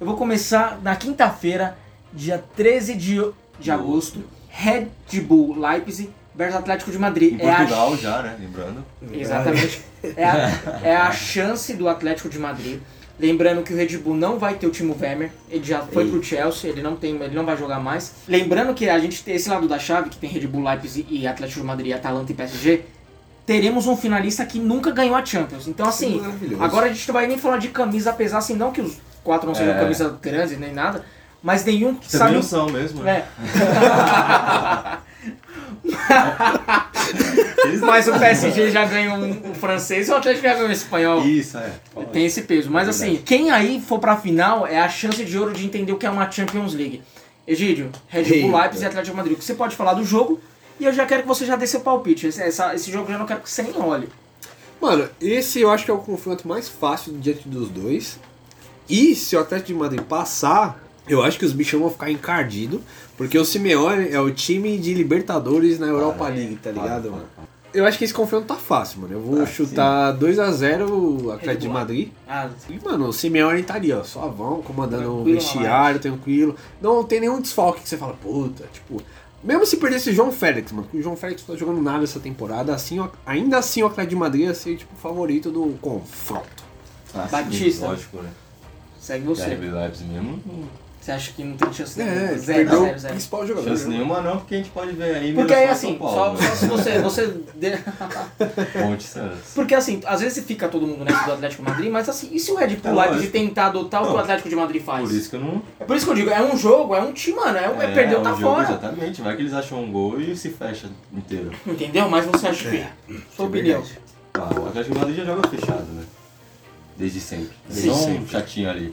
A: Eu vou começar na quinta-feira, dia 13 de, de agosto, Red Bull Leipzig versus Atlético de Madrid.
C: Em
A: É a-
C: Portugal já, né? Lembrando.
A: Exatamente. É a, é a chance do Atlético de Madrid. Lembrando que o Red Bull não vai ter o Timo Werner, ele já foi pro Chelsea, ele não tem, ele não vai jogar mais. Lembrando que a gente tem esse lado da chave, que tem Red Bull Leipzig e Atlético de Madrid, Atalanta e PSG, teremos um finalista que nunca ganhou a Champions. Então
C: é
A: assim,
B: Maravilhoso.
A: agora a gente não vai nem falar de camisa, apesar assim, não que os quatro não sejam
C: É.
A: camisas grandes nem nada, mas nenhum que
C: Também
A: sabe
C: não são mesmo. né?
A: é. É, Mas o PSG já ganhou um, um francês e o Atlético já ganhou um espanhol.
C: Isso, é.
A: Tem esse peso. Mas
C: É
A: assim, quem aí for pra final é a chance de ouro de entender o que é uma Champions League. Egídio, Red Bull
B: Eita.
A: Leipzig e Atlético de Madrid. O que Você pode falar do jogo e eu já quero que você já dê seu palpite. Esse, essa- esse jogo eu já não quero que você nem olhe.
B: Mano, esse eu acho que é o confronto mais fácil diante dos dois. E se o Atlético de Madrid passar, eu acho que os bichão vão ficar encardidos, porque o Simeone é o time de Libertadores na Europa
C: Ah, é.
B: League, tá
C: Para,
B: ligado,
C: para,
B: mano? Eu acho que esse confronto tá fácil, mano. Eu vou
C: Ah,
B: chutar 2x0 o
A: Red
B: Atlético de
A: Bull.
B: Madrid.
A: Ah,
B: E, mano, o Simeone tá ali, ó, suavão, comandando o
A: Tranquilo,
B: vestiário, tranquilo. Não tem nenhum desfalque que você fala, puta, tipo. Mesmo se perdesse o João Félix, mano, que o João Félix não tá jogando nada essa temporada, assim, o- ainda assim o Atlético de Madrid ia ser, tipo, o favorito do confronto.
C: Ah, sim,
A: Batista.
C: lógico, né?
A: segue
C: E a
A: você.
C: RB Leipzig mesmo, não
A: Você acha que não tem chance
B: É,
A: nenhuma? Zero,
B: perdeu
A: zero,
B: o
A: zero.
B: principal jogador.
C: tem chance nenhuma não, porque a gente pode ver aí
A: Porque aí
C: Mirassol,
A: assim,
C: São
A: só,
C: Paulo,
A: só se você. você dê-
C: né? Ponte Santos.
A: Porque assim, às vezes fica todo mundo nessa do Atlético de Madrid, mas assim, e se o Red
C: É
A: Bull Leipzig
C: lógico.
A: tentar adotar o que o
C: Não.
A: Atlético de Madrid faz?
C: Por isso que eu não...
A: Por isso que eu digo, é um jogo, é um time, mano, é, um- é perder
C: um
A: tá
C: jogo,
A: fora.
C: Exatamente, vai que eles acham um gol e se fecha inteiro.
A: Entendeu? Mas você acha que. Sua opinião.
C: Ah, o Atlético de Madrid já joga fechado, né? Desde sempre. Eles
A: Sim.
C: são
B: Sempre.
C: um chatinho ali.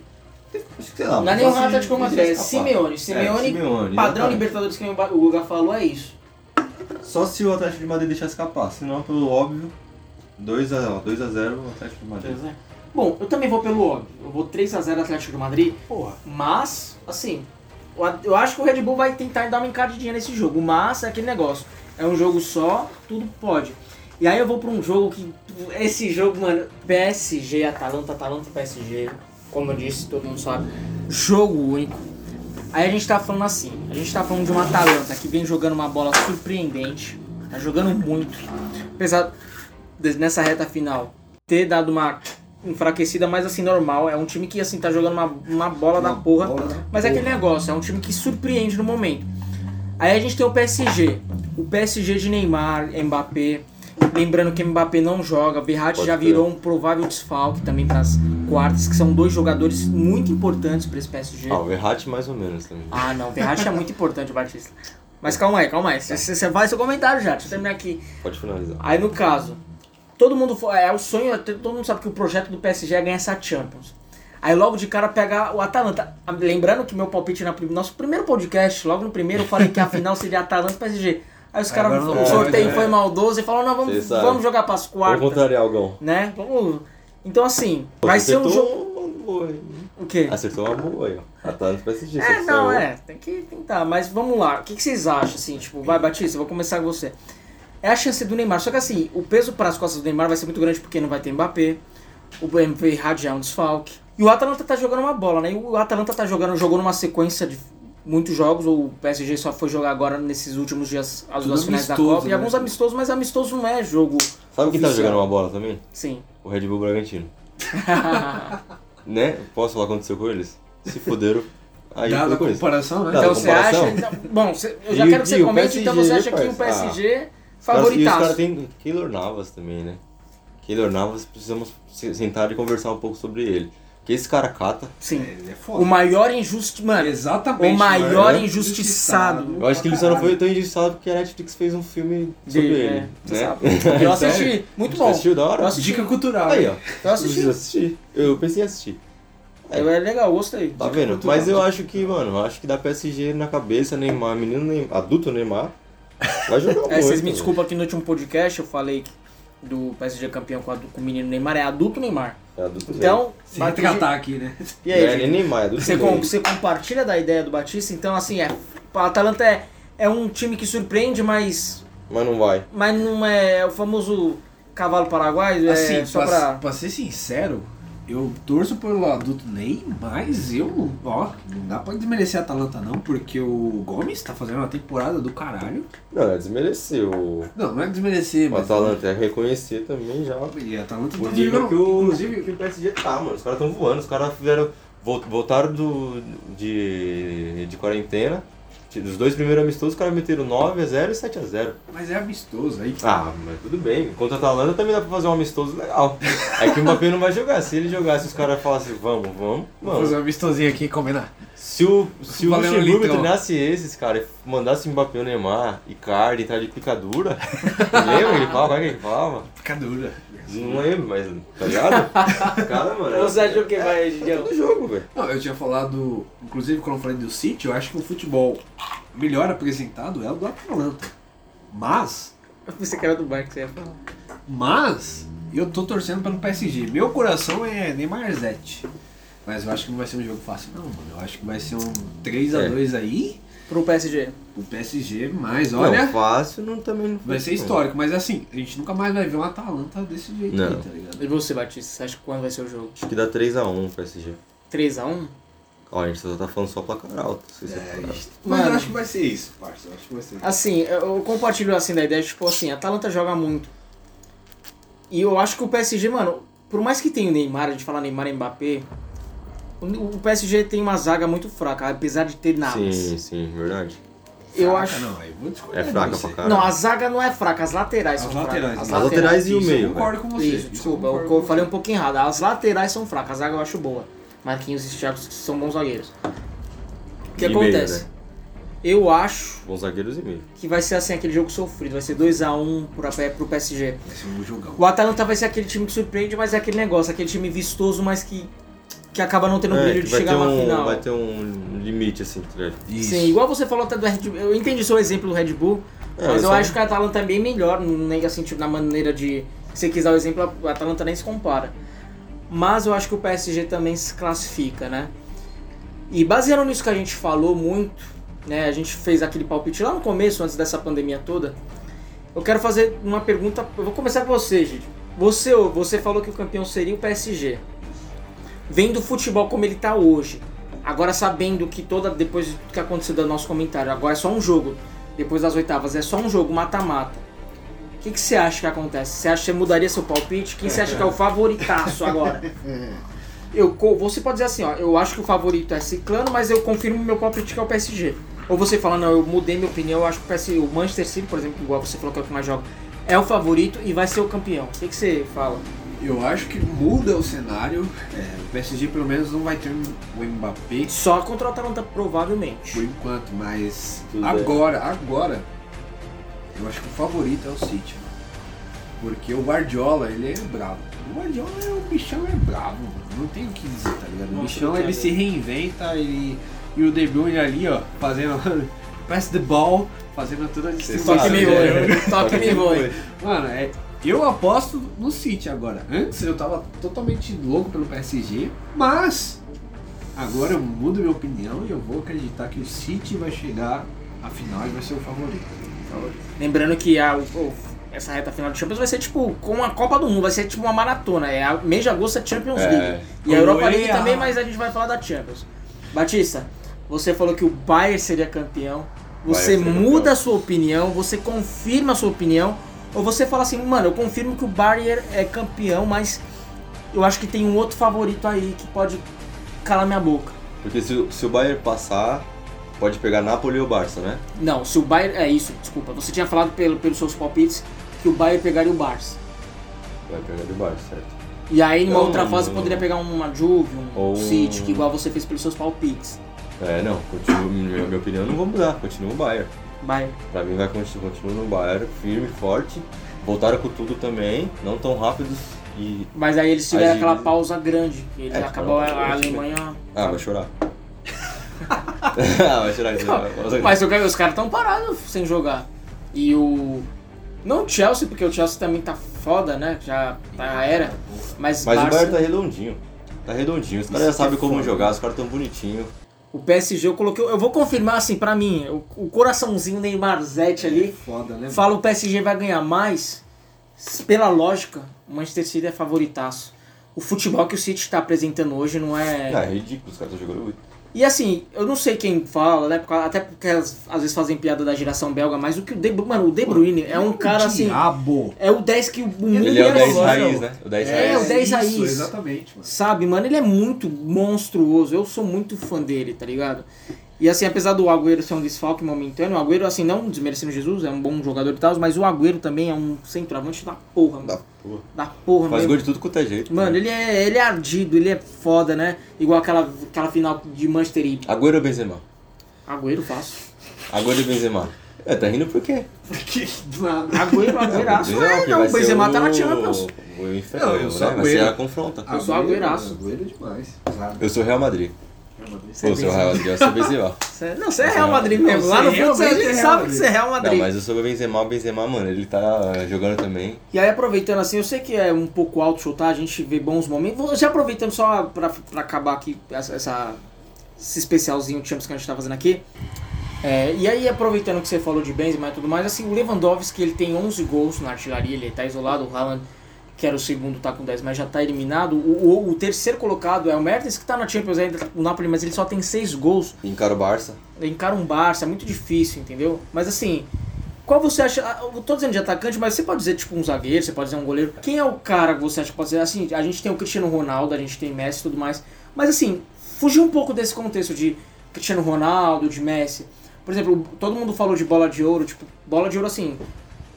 C: Acho que sei lá.
A: Não é
C: só
A: nem o
C: se-
A: Atlético de Madrid, é
C: se escapar.
A: Simeone. Simeone,
C: Simeone,
A: padrão
C: exatamente.
A: Libertadores que o Guga falou é isso.
C: Só se o Atlético de Madrid deixar escapar, senão pelo óbvio, 2x0 o Atlético de Madrid.
A: tá Bom, eu também vou pelo óbvio. Eu vou 3x0 Atlético de Madrid,
B: Porra.
A: mas, assim, eu a- eu acho que o Red Bull vai tentar dar uma encardidinha nesse jogo, mas é aquele negócio. É um jogo só, tudo pode. E aí eu vou pra um jogo que. Esse jogo, mano, PSG, Atalanta, Atalanta e PSG. Como eu disse, todo mundo sabe. Jogo único. Aí a gente tá falando assim, a gente tá falando de uma Atalanta que vem jogando uma bola surpreendente, tá jogando muito. Apesar de- nessa reta final ter dado uma enfraquecida, mas assim, normal. É um time que assim tá jogando uma, uma bola da porra.
B: bola da
A: mas é aquele negócio, é um time que surpreende no momento. Aí a gente tem o PSG. O PSG de Neymar, Mbappé. Lembrando que Mbappé não joga, Verratti
C: Pode
A: já
C: crer.
A: virou um provável desfalque também para as quartas, que são dois jogadores muito importantes para esse PSG.
C: Ah, o Verratti mais ou menos também.
A: Ah, não, Verratti é muito importante, Batista. Mas calma aí, calma aí. Você- Você você faz seu comentário já, deixa eu terminar aqui.
C: Pode finalizar.
A: Aí no caso, todo mundo fo- é o sonho, todo mundo sabe que o projeto do PSG é ganhar essa Champions. Aí logo de cara pegar o Atalanta. Ah, Lembrando que meu palpite na prim- nosso primeiro podcast, logo no primeiro, eu falei que a final seria Atalanta e PSG. Aí os caras,
B: Ah, Agora não né?
A: o sorteio
B: pode,
A: foi maldoso e falaram, não,
C: Cê
A: vamos,
C: sabe.
A: vamos jogar pras quartas,
C: Algão.
A: né? Vamos. Então assim, vai ser um jogo. O quê?
C: Acertou uma boa aí, ó. Atalanta PSG.
A: É, não, é. Tem que tentar. Mas vamos lá. O que, que vocês acham, assim? Tipo, vai, Batista, eu vou começar com você. É a chance do Neymar. Só que assim, o peso para as costas do Neymar vai ser muito grande porque não vai ter Mbappé. O MVP Radial é um desfalque. E o Atalanta tá jogando uma bola, né? E o Atalanta tá jogando, jogou numa sequência de muitos jogos. O PSG só foi jogar agora nesses últimos dias as
B: Tudo
A: duas finais da
B: amistoso,
A: Copa. E
B: né?
A: alguns amistosos, mas amistoso não é jogo.
D: Sabe quem tá
A: oficial.
D: jogando uma bola também?
A: Sim.
D: O Red Bull Bragantino. Né? Posso falar o que aconteceu com eles? Se fuderam. Aí
B: Dá
D: foi
B: na
D: Tá, com isso.
B: comparação, né?
D: Dá.
A: Então
D: a
A: você acha.
D: comparação?
A: então- bom, cê- eu já
D: E o-
A: quero que
D: e
A: você
D: o
A: comente, então você
D: PSG,
A: acha que o
D: parça?
A: PSG
D: E Ah, os
A: favoritaço.
D: caras tem Keylor Navas também, né? Keylor Navas, precisamos se- sentar e conversar um pouco sobre ele. Porque esse cara cata.
A: Sim.
B: É
A: O
B: foda.
A: maior injusti... Mano,
B: Exatamente.
A: o maior
B: mano.
A: injustiçado.
D: Eu acho que ele só não foi tão injustiçado porque a Netflix fez um filme
A: de-
D: sobre
A: é,
D: ele.
A: você
D: né?
A: sabe. Eu assisti. Muito
D: Você
A: bom.
D: assistiu da hora?
A: Eu assisti.
B: Dica cultural.
D: Aí, ó.
A: Eu
D: Preciso
A: assisti.
D: assistir. Eu pensei em assistir.
A: Eu, é legal, gostei.
D: Tá vendo?
B: cultural,
D: Mas eu
B: dica
D: acho que, mano, eu acho que dá PSG na cabeça, Neymar, menino Neymar, adulto Neymar, vai jogar muito.
A: É, vocês me
D: velho.
A: desculpam aqui no último podcast, eu falei do PSG campeão com, adu- com o menino Neymar, é adulto Neymar.
D: É adulto
A: Então,
B: Se
A: Batista-
B: retratar aqui, né?
D: Neymar.
A: E
D: Não é
A: aí,
D: nem
A: gente?
D: Neymar, é adulto
A: você, com-
D: Neymar.
A: você compartilha da ideia do Batista, então assim, é. A Atalanta é, é um time que surpreende, mas.
D: Mas não vai.
A: Mas não é o famoso cavalo paraguaio, é
B: assim,
A: só
B: pra,
A: pra.
B: pra ser sincero, eu torço pelo adulto Ney, mas eu, ó, não dá pra desmerecer a Atalanta não, porque o Gomes tá fazendo uma temporada do caralho.
C: Não, é desmerecer o,
B: Não, não é desmerecer,
C: o
B: mas...
C: Atalanta, é reconhecer também já.
B: E a Atalanta
C: O
B: tá
C: nível
B: jogando...
C: que o, inclusive, que o PSG tá, mano. Os caras tão voando, os caras fizeram. vol- Voltaram do, de, de quarentena. Dos dois primeiros amistosos, os caras meteram 9x0 e 7x0.
B: Mas é amistoso aí.
C: Ah, mas tudo bem. Contra a Atalanta também dá pra fazer um amistoso legal. É que o Mbappé não vai jogar. Se ele jogasse, os caras falassem, vamos, vamos,
B: Vou fazer
C: vamos.
B: um amistosinho aqui e combinar.
C: Se o, se o
B: Valeu,
C: Luxemburgo
B: Litão.
C: treinasse esses, cara, e mandasse o Mbappé, o Neymar, Icardi, entrar de picadura, lembra que ele falava? Como é que ele falava?
B: Fica dura.
C: Não lembro, mas, tá ligado? Cara, mano...
A: Você
C: é-
A: achou que vai,
C: é
A: Gigião?
C: todo jogo, velho.
B: Não, eu tinha falado, inclusive quando eu falei do City, eu acho que o futebol melhor apresentado é o do Atalanta. Mas,
A: Eu pensei que era do Bayern que você ia falar.
B: mas, eu tô torcendo pelo PSG. Meu coração é Neymar Zete. Mas eu acho que não vai ser um jogo fácil não, mano. Eu acho que vai ser um
C: É.
B: 3x2 aí,
A: Pro PSG.
B: o PSG, mas olha,
C: Não, fácil não, também não
B: vai ser histórico. Mas assim, a gente nunca mais vai ver um Atalanta desse jeito
C: Não.
B: aí, tá ligado?
A: E você, Batista, você acha que quando vai ser o jogo?
C: Acho que dá 3x1 pro PSG.
A: 3x1?
C: Ó, a gente só tá falando só placar alto. se você
B: É,
C: for-
B: Mas eu
A: Mano.
B: acho que vai ser isso, parça. Eu acho que vai ser isso.
A: Assim, eu eu compartilho assim da ideia, tipo assim, a Atalanta joga muito. E eu acho que o PSG, mano, por mais que tenha o Neymar, a gente fala Neymar e Mbappé, o o PSG tem uma zaga muito fraca, apesar de ter Navas.
C: Sim, sim, verdade.
A: Eu
B: Fraca
A: acho.
B: Não, eu vou discordar
C: É
B: de
C: fraca
B: você.
C: pra caralho.
A: Não, a zaga não é fraca, as laterais
B: As
A: são
B: laterais,
A: fracas.
B: isso.
C: As laterais e o
B: Isso,
C: meio.
B: Eu concordo com você.
A: Isso, desculpa, eu, co- falei um pouco errado. As laterais são fracas, a zaga eu acho boa. Marquinhos e Thiago são bons zagueiros. O que
C: E meio,
A: acontece?
C: né?
A: Eu acho
C: Bons zagueiros e meio.
A: que vai ser assim aquele jogo sofrido, vai ser 2x1 pro, AP pro PSG.
B: Vai ser um jogão.
A: O Atalanta vai ser aquele time que surpreende, mas é aquele negócio, aquele time vistoso, mas que, que acaba não tendo
C: É,
A: brilho
C: que
A: de
C: vai,
A: chegar
C: ter
A: na
C: um,
A: final.
C: vai ter um limite, assim, tá ligado?
B: Isso.
A: Sim, igual você falou até do Red Bull. Eu entendi seu exemplo do Red Bull,
C: É,
A: mas eu
C: só-
A: acho que a Atalanta é bem melhor, nem assim, tipo, na maneira de. Se você quiser o exemplo, a Atalanta nem se compara. Mas eu acho que o PSG também se classifica, né? E baseando nisso que a gente falou muito, né? A gente fez aquele palpite lá no começo, antes dessa pandemia toda. Eu quero fazer uma pergunta. Eu vou começar com você, gente. Você, você falou que o campeão seria o PSG. Vendo o futebol como ele tá hoje, agora sabendo que toda depois do que aconteceu do nosso comentário, agora é só um jogo. Depois das oitavas é só um jogo, mata-mata. O que, que você acha que acontece? Você acha que você mudaria seu palpite? Quem você acha que é o favoritaço agora? Eu, co- você pode dizer assim, ó, eu acho que o favorito é Ciclano, mas eu confirmo meu palpite que é o PSG. Ou você fala, não, eu mudei minha opinião, eu acho que o, PSG, o Manchester City, por exemplo, igual você falou que é o que mais joga, é o favorito e vai ser o campeão. O que, que você fala?
B: Eu acho que muda o cenário. É, o PSG pelo menos não vai ter o Mbappé
A: Só contra o Atalanta,
B: por
A: provavelmente.
B: enquanto, mas
C: Tudo bem.
B: agora, agora, eu acho que o favorito é o City, mano. Porque o Guardiola, ele é bravo. O Guardiola é o bichão é bravo, mano. Não tem o que dizer, tá ligado? O
A: Nossa,
B: bichão
A: que
B: ele se reinventa ele, e o De Bruyne ali, ó, fazendo pass the ball, fazendo toda a distribuição.
A: Só que né? me
C: né?
A: voe, só que me voe.
B: Mano, é, eu aposto no City agora. Antes eu tava totalmente louco pelo PSG, mas agora eu mudo minha opinião e eu vou acreditar que o City vai chegar à final e vai ser o favorito.
A: Lembrando que a- o- o- essa reta final de Champions vai ser tipo com a Copa do Mundo, vai ser tipo uma maratona. É a mês de agosto é Champions League. E a Europa League
B: Olha!
A: também, mas a gente vai falar da Champions. Batista, você falou que o Bayern seria campeão. Você
C: Bayern seria
A: muda
C: campeão.
A: a sua opinião, você confirma a sua opinião, ou você fala assim, mano, eu confirmo que o Bayern é campeão, mas eu acho que tem um outro favorito aí que pode calar minha boca.
C: Porque se, o- se o Bayern passar, pode pegar Napoli ou Barça, né?
A: Não, se o Bayern. É isso, desculpa. Você tinha falado pelo, pelos seus palpites que o Bayern pegaria o Barça.
C: Vai pegar o Barça, certo?
A: E aí, numa
C: Não,
A: outra fase,
C: não.
A: poderia pegar uma Juve, um
C: Ou um-
A: City, que igual você fez pelos seus palpites.
C: É, não, continuo, minha, minha opinião eu não vou mudar, continua o Bayern.
A: Bayern.
C: Pra mim vai continuar no Bayern, firme, forte. Voltaram com tudo também, não tão rápidos e...
A: Mas aí eles tiveram
C: Aí-
A: aquela pausa grande. que Eles
C: É,
A: acabou a,
C: não,
A: a
C: não,
A: Alemanha.
C: Ah, vai chorar. ah, vai chorar. isso.
A: Mas eu quero ver, os caras estão parados sem jogar. E o. Não o Chelsea, porque o Chelsea também tá foda, né? Já tá era. Mas,
C: Mas
A: Barça-
C: o Bayern tá redondinho. Tá redondinho. Os caras já sabem como jogar, os caras tão bonitinhos.
A: o PSG eu coloquei. Eu vou confirmar assim, pra mim, o, o coraçãozinho Neymar Zete ali.
B: Foda, né?
A: Fala o PSG vai ganhar mais. Pela lógica, o Manchester City é favoritaço. o futebol que o City está apresentando hoje não é.
C: Ah, é ridículo, os caras estão jogando muito.
A: E assim, eu não sei quem fala, né? por causa- Até porque às, às vezes fazem piada da geração belga, mas o que o De, Bru- mano, o De Bruyne é um cara assim.
B: Diabo.
A: É o 10 que o mundo
C: Ele é o 10
A: gosta,
C: raiz, né? O 10
A: É, o
C: raiz.
A: 10
B: isso,
A: raiz.
B: Exatamente, mano.
A: Sabe, mano, ele é muito monstruoso. Eu sou muito fã dele, tá ligado? E assim, apesar do Agüero ser um desfalque momentâneo, o Agüero, assim, não desmerecendo Jesus, é um bom jogador e tal, mas o Agüero também é um centroavante da porra, mano.
C: Da porra.
A: Da porra
C: Faz
A: mesmo.
C: gol de tudo quanto é jeito.
A: Mano, ele é, ele é ardido, ele é foda, né? Igual aquela, aquela final de Manchester e
C: Agüero ou Benzema?
A: Agüero fácil.
C: Agüero e Benzema. É, tá rindo por quê?
B: Que do nada.
A: Agüero, Agüeraço. É,
C: porque
A: não,
C: vai
A: o
C: ser
A: Benzema tá na Champions.
C: O
B: Não,
C: inferno,
B: eu
C: né?
B: sou
C: Vai ser
B: Agüero.
C: a confronta.
A: Eu sou agüeraço.
B: Agüero demais.
C: Eu sou Real Madrid.
A: Você é
C: Ou sou Real Madrid, eu sou Benzema.
A: Cê- Não, você é Real Madrid mesmo.
B: Não,
A: Lá no
B: cê
A: fundo você
B: realmente é Real
A: sabe que você é Real
C: Não,
A: Madrid.
C: mas eu sou o Benzema, o Benzema, mano, ele tá jogando também.
A: E aí, aproveitando assim, eu sei que é um pouco alto chutar, a gente vê bons momentos. Vou- Já aproveitando só pra, pra acabar aqui essa, essa- esse especialzinho de Champions que a gente tá fazendo aqui. É, e aí, aproveitando que você falou de Benzema e tudo mais, assim, o Lewandowski, ele tem 11 gols na artilharia, ele tá isolado, o Haaland, que era o segundo, tá com 10, mas já tá eliminado. O, o- o terceiro colocado é o Mertens, que tá na Champions ainda, tá com o Napoli, mas ele só tem 6 gols
C: Encara o Barça.
A: encara um Barça, é muito difícil, entendeu? Mas assim, qual você acha. ah, Eu tô dizendo de atacante, mas você pode dizer tipo um zagueiro, você pode dizer um goleiro. Quem é o cara que você acha que pode ser? Assim, a gente tem o Cristiano Ronaldo, a gente tem Messi e tudo mais. Mas assim, fugir um pouco desse contexto de Cristiano Ronaldo, de Messi. Por exemplo, todo mundo falou de bola de ouro, tipo, bola de ouro assim,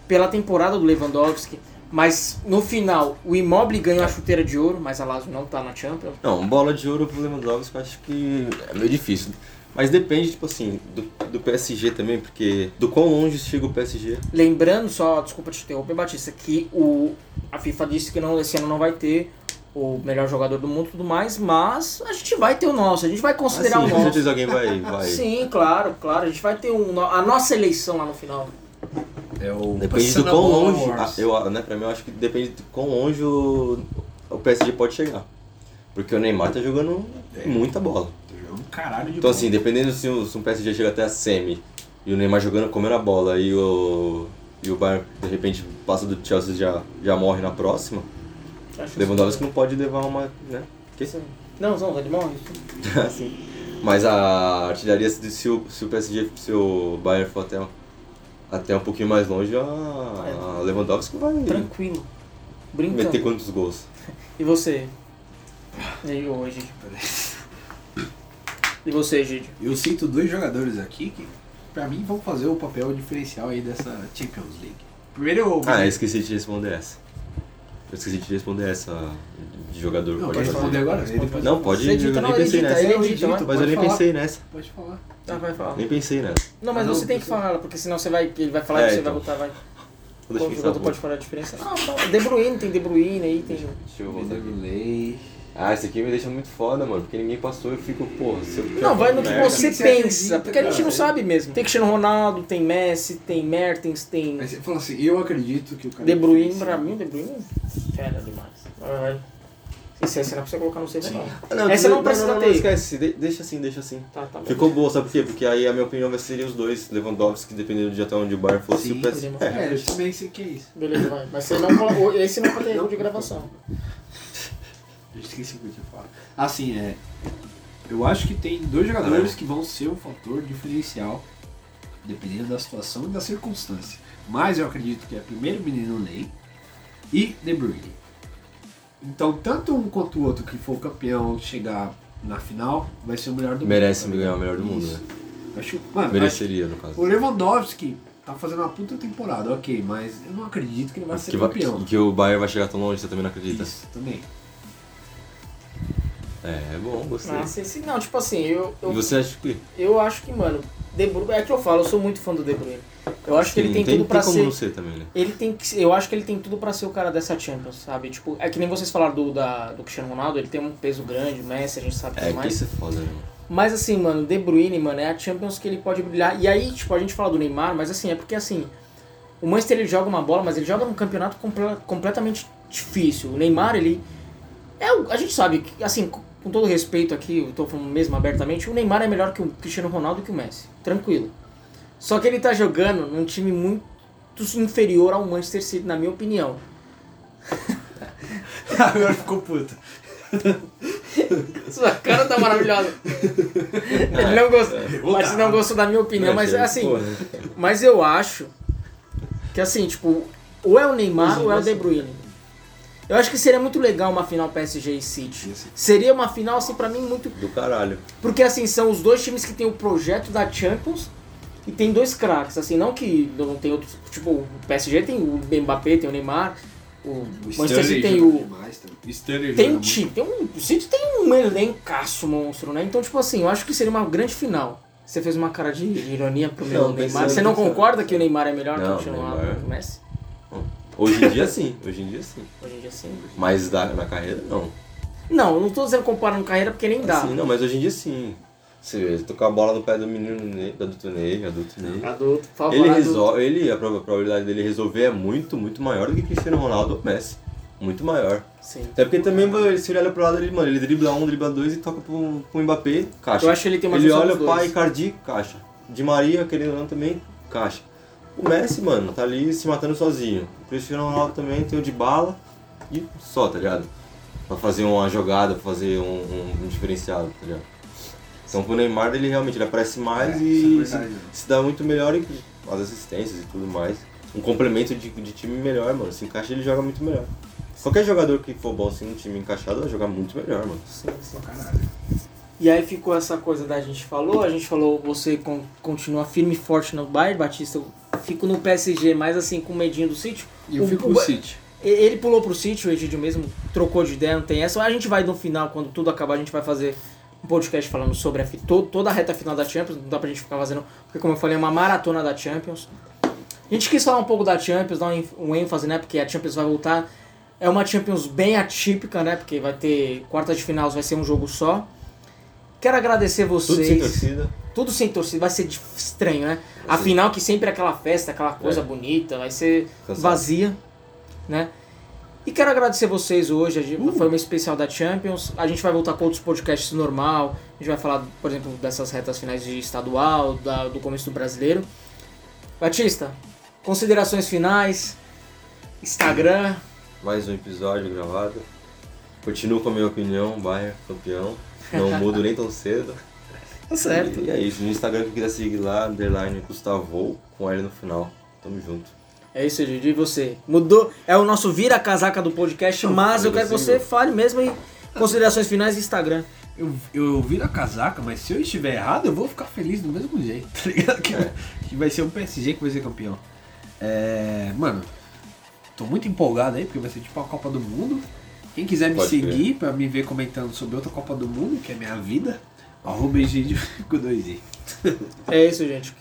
A: pela temporada do Lewandowski. Mas no final, o Immobile ganhou a chuteira de ouro, mas a Lazio não tá na Champions.
C: Não, bola de ouro pro Lewandowski eu acho que é meio difícil. Mas depende, tipo assim, do, do PSG também, porque do quão longe chega o PSG.
A: Lembrando só, desculpa te interromper, Batista, que o, a FIFA disse que não, esse ano não vai ter o melhor jogador do mundo e tudo mais, mas a gente vai ter o nosso, a gente vai considerar
C: Assim,
A: o
C: com
A: nosso.
C: certeza alguém vai. vai.
A: Sim, claro, claro, a gente vai ter um, no- a nossa eleição lá no final.
B: É o.
C: Depende do
B: Passando a
C: quão
B: bola,
C: longe.
B: Wars.
C: ah, eu, né, pra mim, eu acho que depende do quão longe o, o PSG pode chegar. Porque o Neymar tá jogando muita bola.
B: Tá jogando um caralho de
C: Então,
B: bola.
C: assim, dependendo se o, se o PSG chega até a semi e o Neymar jogando, comendo a bola e o, e o Bayern de repente passa do Chelsea e já, já morre na próxima,
A: Acho que-
C: Lewandowski não pode levar uma. né? Que isso?
A: Não, não, ele morre.
C: assim. Mas a artilharia, se, se o, se o PSG, se o Bayern for até, até um pouquinho mais longe, a, a Lewandowski vai
A: É. Tranquilo. então.
C: meter
A: Brincando.
C: quantos gols?
A: E você? E hoje? E você, Gide?
B: Eu sinto dois jogadores aqui que, pra mim, vão fazer o papel diferencial aí dessa Champions League. Primeiro eu.
A: assim?
C: Ah, eu esqueci de responder essa. Eu esqueci de responder essa de jogador.
B: Não,
C: pode
B: pode
C: fazer.
B: responder agora? Ele pode-
C: Não, pode,
A: Você edita,
C: eu nem
A: não, ele
C: pensei
A: edita,
C: nessa.
A: ele
B: Eu
A: edita,
B: edito,
A: mas-
C: Mas eu
B: pode
C: nem
B: falar.
C: pensei nessa.
B: Pode falar.
A: Ah, vai falar.
C: Nem pensei nessa.
A: Não, mas
B: Ah, não,
A: você tem que
B: você-
A: falar, porque senão você vai, ele vai falar
C: É,
A: e você
C: então.
A: vai botar, vai.
C: Vou
A: Qual
C: deixar pensar um
A: jogador
C: pouco.
A: pode falar a diferença? Não, não, De Bruyne, tem De Bruyne aí, tem...
C: Deixa eu voltar aqui.
B: Lei.
C: Ah, esse aqui me deixa muito foda, mano. Porque ninguém passou, eu fico, porra, se eu
A: Não, vai no que
C: Merda.
A: você
B: Quem que você
A: pensa,
B: acredita,
A: porque a gente não
B: cara?
A: sabe mesmo. Tem Cristiano Ronaldo, tem Messi, tem Mertens, tem...
B: Aí você fala assim, eu acredito que o cara. é
A: De Bruyne,
B: diferencia.
A: pra mim, De Bruyne é fera demais. Alright. Esse aí você não precisa colocar no sexto, não.
C: Ah, não,
A: Essa
C: tu-
A: não precisa ter.
C: esquece, de- deixa assim, deixa assim.
A: Tá, tá bom.
C: Ficou boa, sabe por quê? Porque aí a minha opinião vai ser os dois, Lewandowski, dependendo de até onde o bar fosse.
B: Sim,
C: o PSG.
A: podemos.
C: É,
B: É, eu também sei que é isso.
A: Beleza, vai. Mas você não colo- esse não pode erro de gravação.
B: Eu esqueci o que eu tinha falado. Assim, é. Eu acho que tem dois jogadores que vão ser um fator diferencial, dependendo da situação e da circunstância. Mas eu acredito que é primeiro menino Ney e De Bruyne. Então, tanto um quanto o outro que for campeão chegar na final, vai ser o melhor do
C: merece
B: mundo.
C: me ganhar o melhor do mundo,
B: Isso.
C: né?
B: Acho, mano, acho,
C: Mereceria, no
B: o
C: caso.
B: Lewandowski tá fazendo uma puta temporada, ok, mas eu não acredito que ele vai ser
C: Que, vai-
B: campeão.
C: que o Bayern vai chegar tão longe, você também não acredita?
B: Isso, também.
C: É, é bom, gostei.
A: Nossa, esse, não, tipo assim, eu... eu
C: E você acha que.
A: Eu acho que, mano, De Bruyne, é que eu falo, eu sou muito fã do De Bruyne. Eu acho que ele
C: Sim,
A: tem, tudo pra
C: como
A: ser.
C: não ser também, né?
A: Ele tem que, ser- eu acho que ele tem tudo pra ser o cara dessa Champions, sabe? Tipo, é que nem vocês falaram do, da, do Cristiano Ronaldo, ele tem um peso grande, o Messi, a gente sabe
C: É,
A: tudo
C: que
A: mais.
C: isso é foda, né? mano?
A: Mas assim, mano, De Bruyne, mano, é a Champions que ele pode brilhar. E aí, tipo, a gente fala do Neymar, mas assim, é porque assim, o Manchester ele joga uma bola, mas ele joga num campeonato comple- completamente difícil. O Neymar, ele é, o- a gente sabe que, assim, com com todo respeito aqui, eu tô falando mesmo abertamente, o Neymar é melhor que o Cristiano Ronaldo e que o Messi, tranquilo. Só que ele tá jogando num time muito inferior ao Manchester City, na minha opinião.
B: Agora ficou puto.
A: Sua cara tá maravilhosa. Ele não gostou. Mas não gostou da minha opinião, mas é assim.
C: né?
A: Mas eu acho que assim, tipo, ou é o Neymar ou é o De Bruyne. Eu acho que seria muito legal uma final PSG e City. Seria uma final, assim, pra mim, muito.
C: Do caralho.
A: Porque assim, são os dois times que tem o projeto da Champions e tem dois craques. Assim, não que não tem outros. Tipo, o PSG tem o Mbappé, tem o Neymar. O é Manchester City tem
B: né?
A: o,
B: Sterling
A: tem um
B: joga
A: time, tem um, o City tem um elencaço monstro, né? Então, tipo assim, eu acho que seria uma grande final. Você fez uma cara de ironia pro meu
C: Não,
A: Neymar.
C: pensando
A: Você não
C: nisso,
A: concorda que o Neymar é melhor
C: Não,
A: que o Cristiano
C: Neymar.
A: Ronaldo que o Messi?
C: Hoje em dia sim, hoje em dia sim.
A: Hoje em dia sim.
C: Mas da- na carreira não.
A: Não, eu não tô dizendo comparando carreira porque nem dá.
C: Assim, não, mas hoje em dia sim. Se tocar a bola no pé do menino Ney, do adulto Ney, adulto Ney.
A: Adulto,
C: Ele
A: favorável.
C: resolve, ele, a proba- probabilidade dele resolver é muito, muito maior do que Cristiano Ronaldo ou Messi. Muito maior.
A: Sim.
C: Até porque também, mano, se ele olha pro lado, ele, mano, ele dribla um, dribla dois e toca pro, pro Mbappé, caixa.
A: Eu acho que ele tem uma
C: Ele
A: função
C: olha
A: dos
C: pra
A: dois.
C: Icardi, caixa. De Maria, querendo ou não, também, caixa. O Messi, mano, tá ali se matando sozinho. O Cristiano Ronaldo também tem o de bala e só, tá ligado? Pra fazer uma jogada, pra fazer um, um- um diferenciado, tá ligado? Então pro Neymar ele realmente ele aparece mais
B: É,
C: e
B: isso é verdade,
C: se-
B: né?
C: se, dá muito melhor e as assistências e tudo mais. Um complemento de, de time melhor, mano. Se encaixa ele joga muito melhor. Qualquer jogador que for bom sem um time encaixado vai jogar muito melhor, mano.
A: Sim, sim.
B: Caralho.
A: E aí ficou essa coisa da gente falou, a gente falou você con- continua firme e forte no Bayern, Batista, eu fico no PSG, mas assim, com medinho do City.
B: E eu
A: O-
B: fico
A: o
B: com o
A: Ba-
B: City.
A: E- Ele pulou pro sítio, o Egídio mesmo trocou de ideia, não tem essa. A gente vai no final, quando tudo acabar, a gente vai fazer um podcast falando sobre a, fi- to- toda a reta final da Champions. Não dá pra gente ficar fazendo, porque como eu falei, é uma maratona da Champions. A gente quis falar um pouco da Champions, dar um ênf- um ênfase, né? Porque a Champions vai voltar. É uma Champions bem atípica, né? Porque vai ter quartas de finais, vai ser um jogo só. Quero agradecer vocês.
C: Tudo sem torcida.
A: Tudo sem torcida, vai ser dif- estranho, né? A final que sempre é aquela festa, aquela coisa
C: É.
A: bonita, vai ser
C: Cansado.
A: vazia, né? E quero agradecer vocês hoje, a gente- foi uma especial da Champions. A gente vai voltar com outros podcasts normal, a gente vai falar, por exemplo, dessas retas finais de estadual, da- do começo do brasileiro. Batista, considerações finais, Instagram,
C: Mais um episódio gravado. Continuo com a minha opinião, Bayern campeão. Não mudo nem tão cedo.
A: tá certo.
C: E é isso. No Instagram, quem quiser seguir lá, underline Gustavo com L no final. Tamo junto.
A: É isso, Didi, e você? Mudou, é o nosso vira-casaca do podcast, mas eu quero que você fale mesmo em considerações finais e Instagram.
B: Eu, eu viro a casaca, mas se eu estiver errado, eu vou ficar feliz do mesmo jeito, tá ligado? Que, que vai ser um o PSG que vai ser campeão. É, mano, tô muito empolgado aí, porque vai ser tipo a Copa do Mundo. Quem quiser me
C: Pode
B: seguir pra me ver comentando sobre outra Copa do Mundo, que é minha vida, arroba Egídio com dois i.
A: É isso, gente.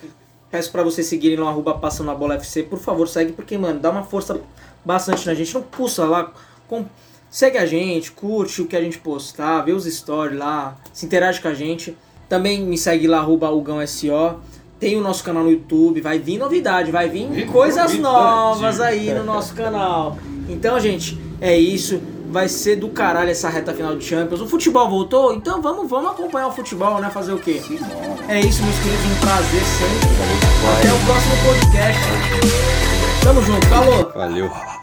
A: Peço pra vocês seguirem no arroba passando a bola FC. Por favor, segue, porque, mano, dá uma força bastante na gente. Não pulsa lá. com- Segue a gente, curte o que a gente postar, vê os stories lá, se interage com a gente. Também me segue lá, arroba UgãoSO. Tem o nosso canal no YouTube, vai vir novidade, vai vir
B: Vem
A: coisas
B: novidade.
A: novas aí no nosso canal. Então, gente, é isso. Vai ser do caralho essa reta final de Champions. O futebol voltou? Então vamos, vamos acompanhar o futebol, né? Fazer o quê? É isso, meus queridos. Um prazer sempre. Até o próximo podcast. Tamo junto. Falou.
C: Valeu.